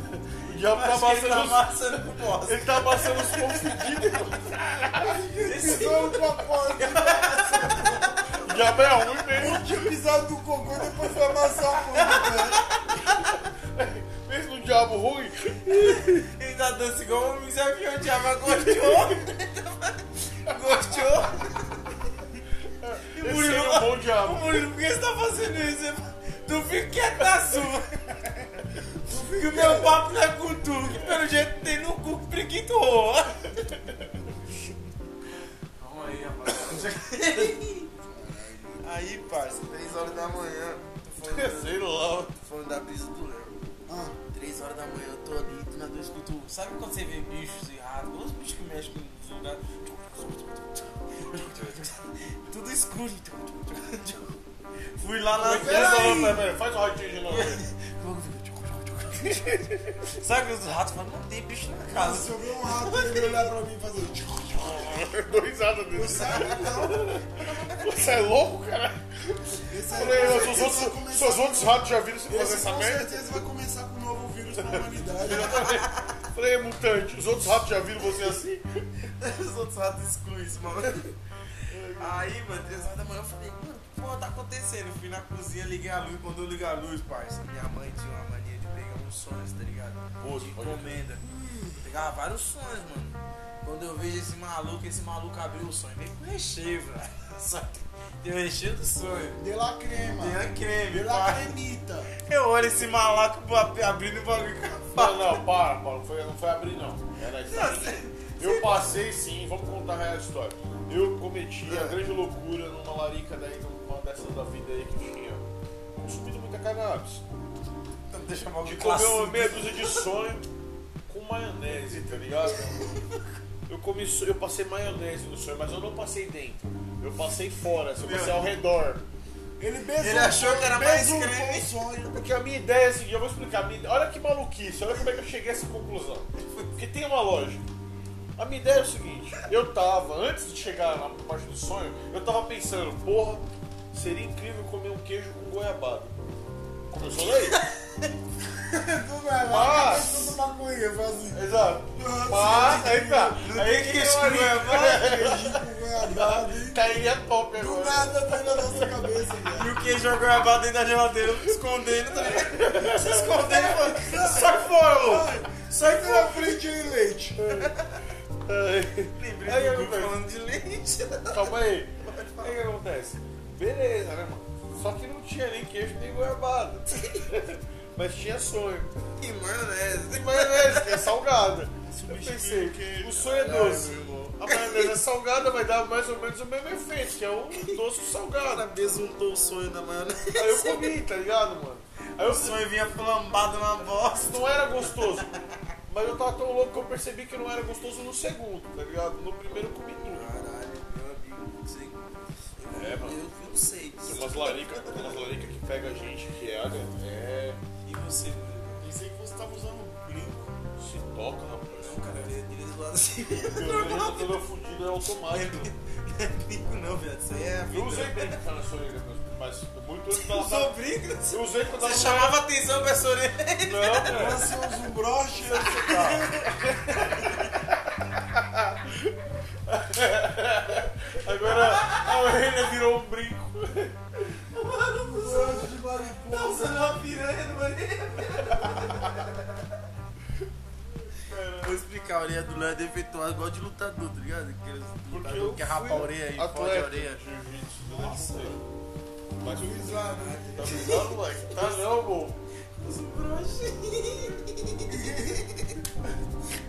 Speaker 1: O diabo tá
Speaker 2: Acho que ele tá
Speaker 1: amassando os...
Speaker 2: amassando com bosta.
Speaker 1: Ele tá amassando os confundidos.
Speaker 2: Esse
Speaker 3: Pisando com a porta.
Speaker 1: O diabo é ruim mesmo.
Speaker 3: Eu tinha um pisado do cocô depois foi amassar a né? porta.
Speaker 1: Mesmo o um diabo ruim.
Speaker 2: Ele tá dançando igual um desafiou, o diabo gostou. Gostou. E o
Speaker 1: Esse seria um bom diabo.
Speaker 2: Ô Murilo, por que você tá fazendo isso? Tu fica quieto na sua. Que o meu papo não é com tu, que pelo jeito tem no cu que preguiça roa. Calma aí, rapaz.
Speaker 3: Aí, parça, 3 horas da manhã. Tô falando,
Speaker 1: Sei lá.
Speaker 3: tô falando da brisa do Léo.
Speaker 2: Ah.
Speaker 3: 3 horas da manhã, eu tô ali, é do nada eu escuto.
Speaker 2: Sabe quando você vê bichos e ratos, os bichos que mexem com os lugares? Tudo escuro. Fui lá na
Speaker 1: Peraí, peraí, peraí. Faz o ratinho de novo.
Speaker 2: Sabe os ratos falam, não tem bicho na
Speaker 3: Se
Speaker 2: casa.
Speaker 3: eu ver um rato ele olhar pra mim e fazer.
Speaker 1: Dou risada dele.
Speaker 3: Sabe não?
Speaker 1: Você é louco, cara?
Speaker 3: então, Esse aí
Speaker 1: Falei,
Speaker 3: com
Speaker 1: eu,
Speaker 3: certeza
Speaker 1: seus
Speaker 3: vai
Speaker 1: outros,
Speaker 3: começar
Speaker 1: seus
Speaker 3: com-
Speaker 1: outros ratos já viram você fazer
Speaker 3: Esse
Speaker 1: essa
Speaker 3: com
Speaker 1: merda?
Speaker 3: certeza vai começar com um novo vírus pra humanidade.
Speaker 1: Falei, "É mutante, os outros ratos já viram você assim?
Speaker 2: Os outros ratos excluem isso, mano. Aí, mano, 3 horas da manhã eu falei, mano, que porra tá acontecendo? Eu fui na cozinha, liguei a luz. Quando eu liguei a luz, parça, minha mãe tinha uma mania de pegar uns sonhos, tá ligado?
Speaker 1: Pô,
Speaker 2: de
Speaker 1: pode
Speaker 2: encomenda. Pegava vários sonhos, mano. Quando eu vejo esse maluco, esse maluco abriu o sonho. Vem com recheio, velho. Só que tem o recheio do sonho.
Speaker 3: Dê lá crema.
Speaker 2: Tem a creme,
Speaker 3: Dê lá
Speaker 2: pai.
Speaker 3: cremita.
Speaker 2: Eu olho esse malaco ab- abrindo o bagulho com a
Speaker 1: Não,
Speaker 2: faca.
Speaker 1: não, para, para, não foi, não foi abrir não. Era isso. Eu passei sim, vamos contar a real história. Eu cometi a grande loucura numa larica daí, numa dessas da vida aí que tinha consumido muita cannabis.
Speaker 2: Então, Deixa eu
Speaker 1: De comer uma meia dúzia de sonho com maionese, tá ligado? Eu, comi, so- eu passei maionese no sonho, mas eu não passei dentro. Eu passei fora, assim, eu passei ao redor.
Speaker 3: Ele besuntou.
Speaker 2: Ele achou que era mais
Speaker 3: besuntou
Speaker 2: creme.
Speaker 3: o sonho.
Speaker 1: Porque a minha ideia é a seguinte, eu vou explicar. a minha- Olha que maluquice, olha como é que eu cheguei a essa conclusão. Porque tem uma lógica. A minha ideia é o seguinte, eu tava, antes de chegar na parte do sonho, eu tava pensando, porra, seria incrível comer um queijo com goiabada. Começou daí?
Speaker 3: Tu vai lá.
Speaker 1: Mas-
Speaker 3: Mas... maconha, faz assim.
Speaker 1: Exato. Mas, aí tá. Aí que
Speaker 3: Queijo com goiabada, hein?
Speaker 1: Cairia top
Speaker 3: Do
Speaker 1: agora.
Speaker 3: nada veio na nossa cabeça, né? velho.
Speaker 2: E o queijo jogou a barra dentro da geladeira, escondendo, tá ligado? Se escondendo, mano. Sai fora, louco. Sai
Speaker 3: Aí
Speaker 2: fora.
Speaker 3: na frente eu e leite.
Speaker 2: Lembrei
Speaker 1: Aí,
Speaker 2: do
Speaker 1: aí,
Speaker 2: Google
Speaker 1: velho.
Speaker 2: falando de leite.
Speaker 1: Calma aí. Aí o que acontece? Beleza, né, mano? Só que não tinha nem queijo nem goiabada. Mas tinha sonho.
Speaker 2: E maionese.
Speaker 1: Tem maionese, que é salgada. Eu
Speaker 3: Substitui
Speaker 1: pensei,
Speaker 3: o queijo.
Speaker 1: o sonho é doce. A maionese é salgada vai dar mais ou menos o mesmo efeito, que é um doce salgado.
Speaker 2: Besuntou o sonho da maionese.
Speaker 1: Aí eu comi, tá ligado, mano? Aí
Speaker 2: O
Speaker 1: eu
Speaker 2: sonho vinha flambado na bosta.
Speaker 1: não era gostoso. Mas eu tava tão louco que eu percebi que não era gostoso no segundo, tá ligado? No primeiro eu comi tudo.
Speaker 2: Caralho, meu amigo, não sei.
Speaker 1: É, mano.
Speaker 2: Eu não sei.
Speaker 1: Tem umas laricas, tem umas laricas que pega a gente, que é, é,
Speaker 2: E você, mano?
Speaker 3: Pensei que você tava usando brinco.
Speaker 1: se toca, rapaz.
Speaker 2: Não, cara, eu ia direito do lado assim.
Speaker 1: Meu dedo todo fudido é automático.
Speaker 2: Não é brinco, não, viado. Isso aí é a vida.
Speaker 1: Eu usei bem cara na orelha, mas muito antes
Speaker 2: Eu
Speaker 1: dela
Speaker 2: sou
Speaker 1: tava...
Speaker 2: brinco.
Speaker 1: Eu usei um quando
Speaker 2: Você
Speaker 1: ela
Speaker 2: chamava atenção com essa orelha.
Speaker 1: Não, cara.
Speaker 3: Você usa um broche.
Speaker 1: Agora a orelha virou um brinco.
Speaker 3: Broche de mariposa.
Speaker 2: usando uma piranha no banheiro. Vou explicar, a orelha do Léo é defeituosa igual de lutador, tá ligado? Aqueles lutadores que rapam a orelha e fode a
Speaker 1: atleta
Speaker 2: orelha.
Speaker 1: de jiu-jitsu, eu não sei. Mas eu fiz lá,
Speaker 3: Risada, Tá né?
Speaker 1: tá ligado, moleque? Tá não, bom.
Speaker 2: Os broches.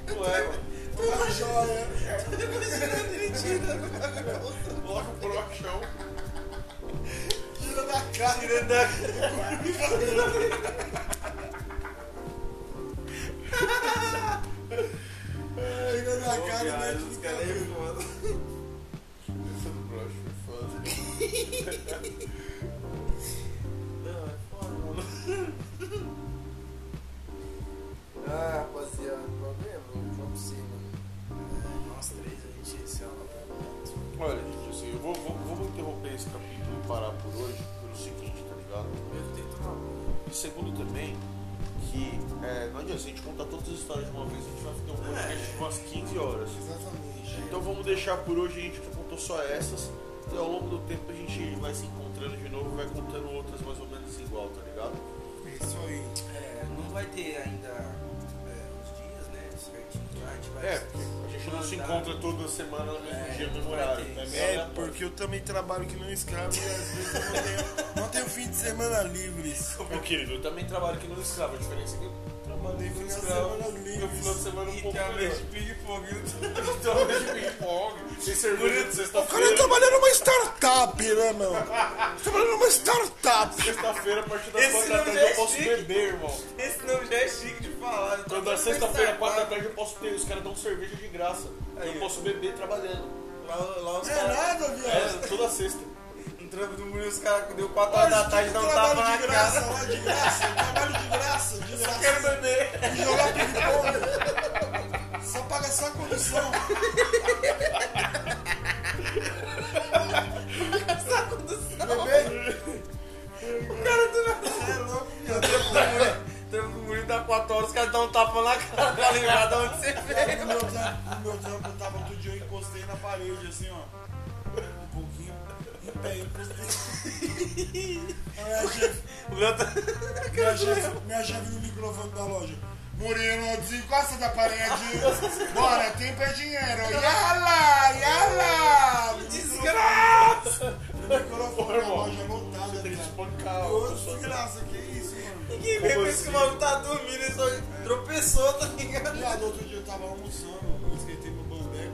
Speaker 1: Não é, mano.
Speaker 3: Uma Tá joia.
Speaker 2: Imaginando ele tirando
Speaker 1: Coloca o brochão.
Speaker 3: Tira da cara.
Speaker 2: tirando da-
Speaker 3: Tira da cara e
Speaker 2: Cara,
Speaker 3: mete
Speaker 2: os
Speaker 3: no
Speaker 2: caras é
Speaker 3: cabelo.
Speaker 2: foda.
Speaker 1: Esse é do broche, foi foda.
Speaker 2: Não, é foda, mano. Ah, rapaziada, problema, vamos sim, mano. É, Nós três, a gente se alopra.
Speaker 1: Olha, gente, assim, eu vou, vou, vou interromper esse capítulo e parar por hoje pelo seguinte, tá ligado?
Speaker 2: Eu tento na boa.
Speaker 1: E segundo também, que é, não adianta, se a gente contar todas as histórias de uma vez, a gente vai ter um podcast de umas 15 horas.
Speaker 3: Exatamente.
Speaker 1: Então vamos deixar por hoje, a gente já contou só essas. E ao longo do tempo a gente vai se encontrando de novo, vai contando outras mais ou menos igual, tá ligado?
Speaker 3: É isso aí.
Speaker 2: É, não vai ter ainda é, os dias, né? Certinho. A gente vai.
Speaker 1: É, porque a gente não se encontra toda semana no mesmo
Speaker 2: É,
Speaker 1: dia, no mesmo
Speaker 2: vai
Speaker 1: horário.
Speaker 2: ter
Speaker 1: né?
Speaker 2: isso.
Speaker 1: Melhor
Speaker 3: É,
Speaker 1: dar pausa.
Speaker 3: porque eu também trabalho que não escravo e às vezes eu não tenho, não tenho fim de semana livres.
Speaker 1: Meu querido, eu também trabalho aqui no escravo, a diferença é que eu trabalho
Speaker 3: Tem
Speaker 1: no
Speaker 3: final de
Speaker 1: escravo.
Speaker 3: semana
Speaker 1: Meu final de
Speaker 3: livres.
Speaker 1: semana é um
Speaker 2: E
Speaker 1: pouco
Speaker 2: tem a vez
Speaker 1: melhor.
Speaker 2: de ping-pong.
Speaker 1: Então, de ping-pong, sem cerveja de
Speaker 3: O cara tá-
Speaker 1: sexta-feira.
Speaker 3: trabalha numa startup, né, meu? Trabalha numa startup.
Speaker 1: Sexta-feira, a partir das
Speaker 2: Esse
Speaker 1: 4 da
Speaker 2: nome
Speaker 1: tarde,
Speaker 2: já é
Speaker 1: eu posso
Speaker 2: chique.
Speaker 1: beber, irmão.
Speaker 2: Esse nome já é chique de falar. eu tô
Speaker 1: Quando na
Speaker 2: falando
Speaker 1: sexta-feira,
Speaker 2: pra
Speaker 1: 4 da
Speaker 2: startup.
Speaker 1: tarde, eu posso ter. Os caras dão cerveja de graça.
Speaker 2: Aí.
Speaker 1: Eu posso beber trabalhando.
Speaker 2: Lá, lá os
Speaker 3: É
Speaker 2: caras.
Speaker 3: nada, viado.
Speaker 1: É, toda sexta.
Speaker 2: Um trampo do Murilo, os caras deu 4 horas da tarde, dá um tapa
Speaker 3: Trabalho
Speaker 2: na
Speaker 3: de
Speaker 2: cara.
Speaker 3: graça, lá de graça. Trabalho de graça, de graça.
Speaker 2: Quero beber.
Speaker 3: E jogar ping-pong. Só paga só a condução.
Speaker 2: Essa condução.
Speaker 3: Bebê,
Speaker 2: O cara do nada. é louco. Eu trampo do Murilo. Trampo do Murilo dá 4 horas, os caras dão um tapa na cara pra lembrar de onde você veio.
Speaker 3: no meu trampo, no meu trampo eu tava todo dia, eu encostei na parede, assim, ó. Um pouquinho. Em pé, encostei. Aí a chefe,
Speaker 2: O Léo tá-
Speaker 3: minha chefe, minha chefe no microfone da loja. Murilo, desencosta da parede. Bora, tempo é dinheiro. Yala, yala.
Speaker 2: Desgraça!
Speaker 3: O microfone da loja é lotado.
Speaker 1: Tem que
Speaker 3: cara.
Speaker 1: espancar.
Speaker 3: Ô,
Speaker 1: o-
Speaker 3: desgraça, que isso, mano?
Speaker 2: Ninguém vê com isso que o maluco tá dormindo, ele só tropeçou, tá ligado?
Speaker 3: Viado, outro dia eu tava almoçando, eu esquentei meu bandeco,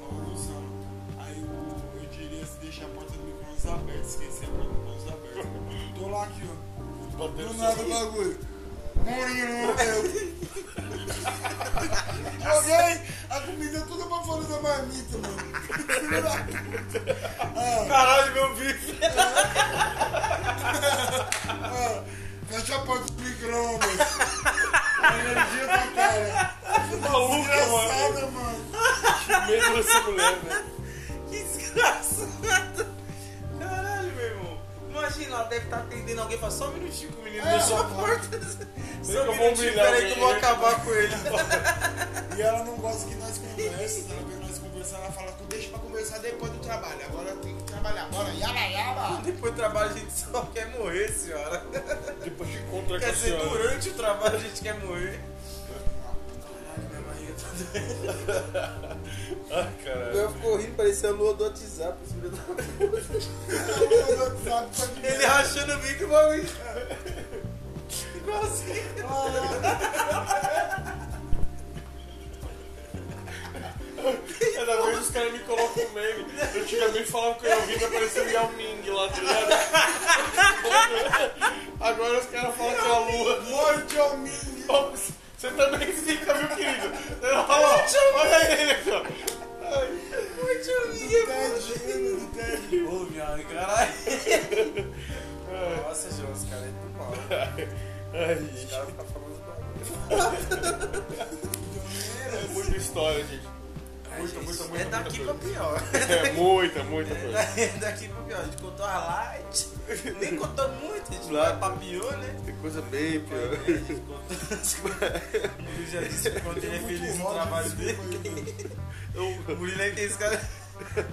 Speaker 3: tava almoçando. Aí eu, eu diria se deixar a porta do micro-ondas aberta, esqueci a porta do micro-ondas aberta. Tô lá aqui, ó.
Speaker 1: batendo
Speaker 3: Do
Speaker 1: só-
Speaker 3: é nada né? o bagulho. Murilo, eu. Joguei a comida toda pra fora da marmita, mano. Filho da
Speaker 2: Caralho, meu bife!
Speaker 3: Ah, Fecha a porta do micro-ondas. Energia pra cara.
Speaker 1: Maluco, mano.
Speaker 3: Engraçada, mano.
Speaker 1: Medo dessa mulher, né? velho.
Speaker 2: Que desgraçado! Caralho, meu irmão! Imagina, ela deve estar atendendo alguém e fala só um minutinho que o menino
Speaker 3: É,
Speaker 2: deixou a
Speaker 3: rapaz.
Speaker 2: porta.
Speaker 1: que eu
Speaker 2: Só um
Speaker 1: vou
Speaker 2: minutinho,
Speaker 1: humilhar
Speaker 2: peraí que eu vou
Speaker 1: alguém, né?
Speaker 2: acabar com ele.
Speaker 3: E ela não gosta que nós conversemos, ela vê nós conversando, ela fala, deixa pra conversar depois do trabalho, agora tem que trabalhar, bora, yala, yala.
Speaker 2: Depois do trabalho a gente só quer morrer, senhora.
Speaker 1: Depois de encontrar com
Speaker 2: Quer
Speaker 1: a
Speaker 2: dizer,
Speaker 1: senhora.
Speaker 2: durante o trabalho a gente quer morrer.
Speaker 1: Ai, Ah, caralho.
Speaker 2: Eu fico rindo, parecia a lua do WhatsApp. esse filho da-
Speaker 3: é
Speaker 2: Ele é rachando o bico e o bagulho. Igualzinho.
Speaker 1: Cada vez os caras me colocam um meme. Antigamente falavam que eu ia vir aparecendo Yao Ming lá, tá ligado? Agora os caras falam que é a lua.
Speaker 3: Morte ao mim.
Speaker 1: Ops, Você também fica, meu querido. Olha lá, olha ele aqui, ó.
Speaker 2: Muito
Speaker 3: tá
Speaker 2: lindo.
Speaker 3: Tadinho do Ted.
Speaker 2: Ô, viado, caralho. Nossa, João, esse cara é do mal.
Speaker 1: Ai,
Speaker 2: Esse cara tá falando do bagulho.
Speaker 1: é muita história, gente. Muita, muita, muita,
Speaker 2: É daqui pra
Speaker 1: muita
Speaker 2: pior.
Speaker 1: coisa. É muita, muita coisa.
Speaker 2: É daqui pra pior. A gente contou a light. Nem contou muito, a gente
Speaker 1: Claro.
Speaker 2: papiou, né?
Speaker 1: Tem coisa bem pior.
Speaker 2: A gente contou. Eu já disse que quando ele é feliz no trabalho dele. O Murilo é que esse cara.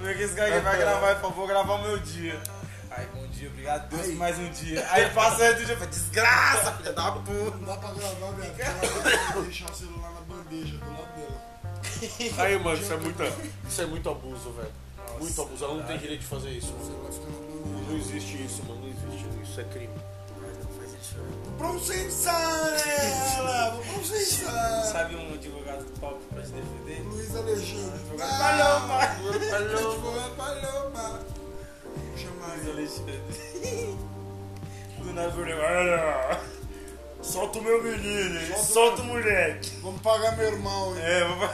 Speaker 2: Não é que esse cara que vai gravar e fala, vou gravar o meu dia. Aí, bom dia, obrigado a Deus por mais um dia. Aí passa o resto do dia e fala, desgraça, filha da puta.
Speaker 3: Não dá pra gravar, minha cara. Vou deixar o celular na bandeja do lado dela.
Speaker 1: Aí, mano, isso é, muita, isso é muito abuso, velho. Muito abuso. Ela não tem direito de fazer isso.
Speaker 3: O celular fica na bandeja.
Speaker 1: Não existe isso, mano. Não existe isso. Isso é crime.
Speaker 3: Processar ela, vou processar.
Speaker 2: Sabe um advogado top pra te defender? Um
Speaker 3: Luiz Alexandre.
Speaker 2: Ah,
Speaker 3: Ah,
Speaker 2: Paloma.
Speaker 3: Paloma. Paloma. Vou chamar
Speaker 2: Luiz
Speaker 3: ele.
Speaker 2: Alexandre. Do nada por olha. Solta o meu menino, hein?
Speaker 3: Solta o
Speaker 2: solta o moleque.
Speaker 3: Vamos pagar meu irmão, hein?
Speaker 2: É, vamos.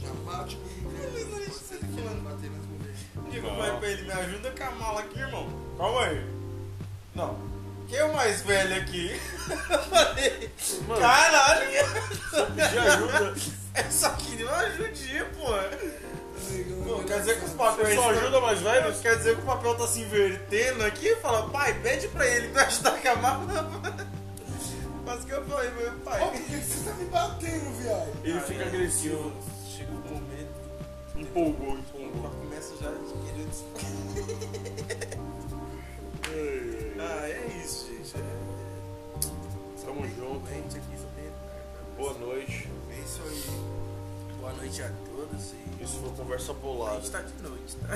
Speaker 3: Já bate com
Speaker 2: Luiz Alexandre tá
Speaker 3: Fulano bater nas mulheres.
Speaker 2: Um dia que eu falei pra ele, me ajuda com a mala aqui, irmão. Calma aí. Não. Quem é o mais velho aqui? Eu falei,
Speaker 1: Mano.
Speaker 2: caralho,
Speaker 1: De ajuda.
Speaker 2: é só queria uma ajudinha, pô. Pô, quer dizer que os papéis.
Speaker 1: Só ajuda mais velho?
Speaker 2: Quer dizer que o papel tá se invertendo aqui? Fala, pai, pede pra ele me ajudar com a mala. Mas que eu falei, meu
Speaker 3: Ó, por
Speaker 2: pai.
Speaker 3: que que você tá me batendo, viado?
Speaker 1: Ele fica agressivo.
Speaker 2: Chega o momento,
Speaker 1: Empolgou, empolgou.
Speaker 2: começa já a Ah, é isso, gente.
Speaker 1: Tamo junto.
Speaker 2: Gente, aqui só tem.
Speaker 1: Boa noite.
Speaker 2: É isso aí. Boa noite a todos e.
Speaker 1: Isso foi conversa
Speaker 2: A
Speaker 1: bolada.
Speaker 2: gente tá de noite, tá?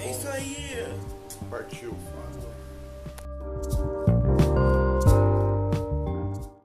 Speaker 1: É isso
Speaker 2: aí.
Speaker 1: Partiu. Falou.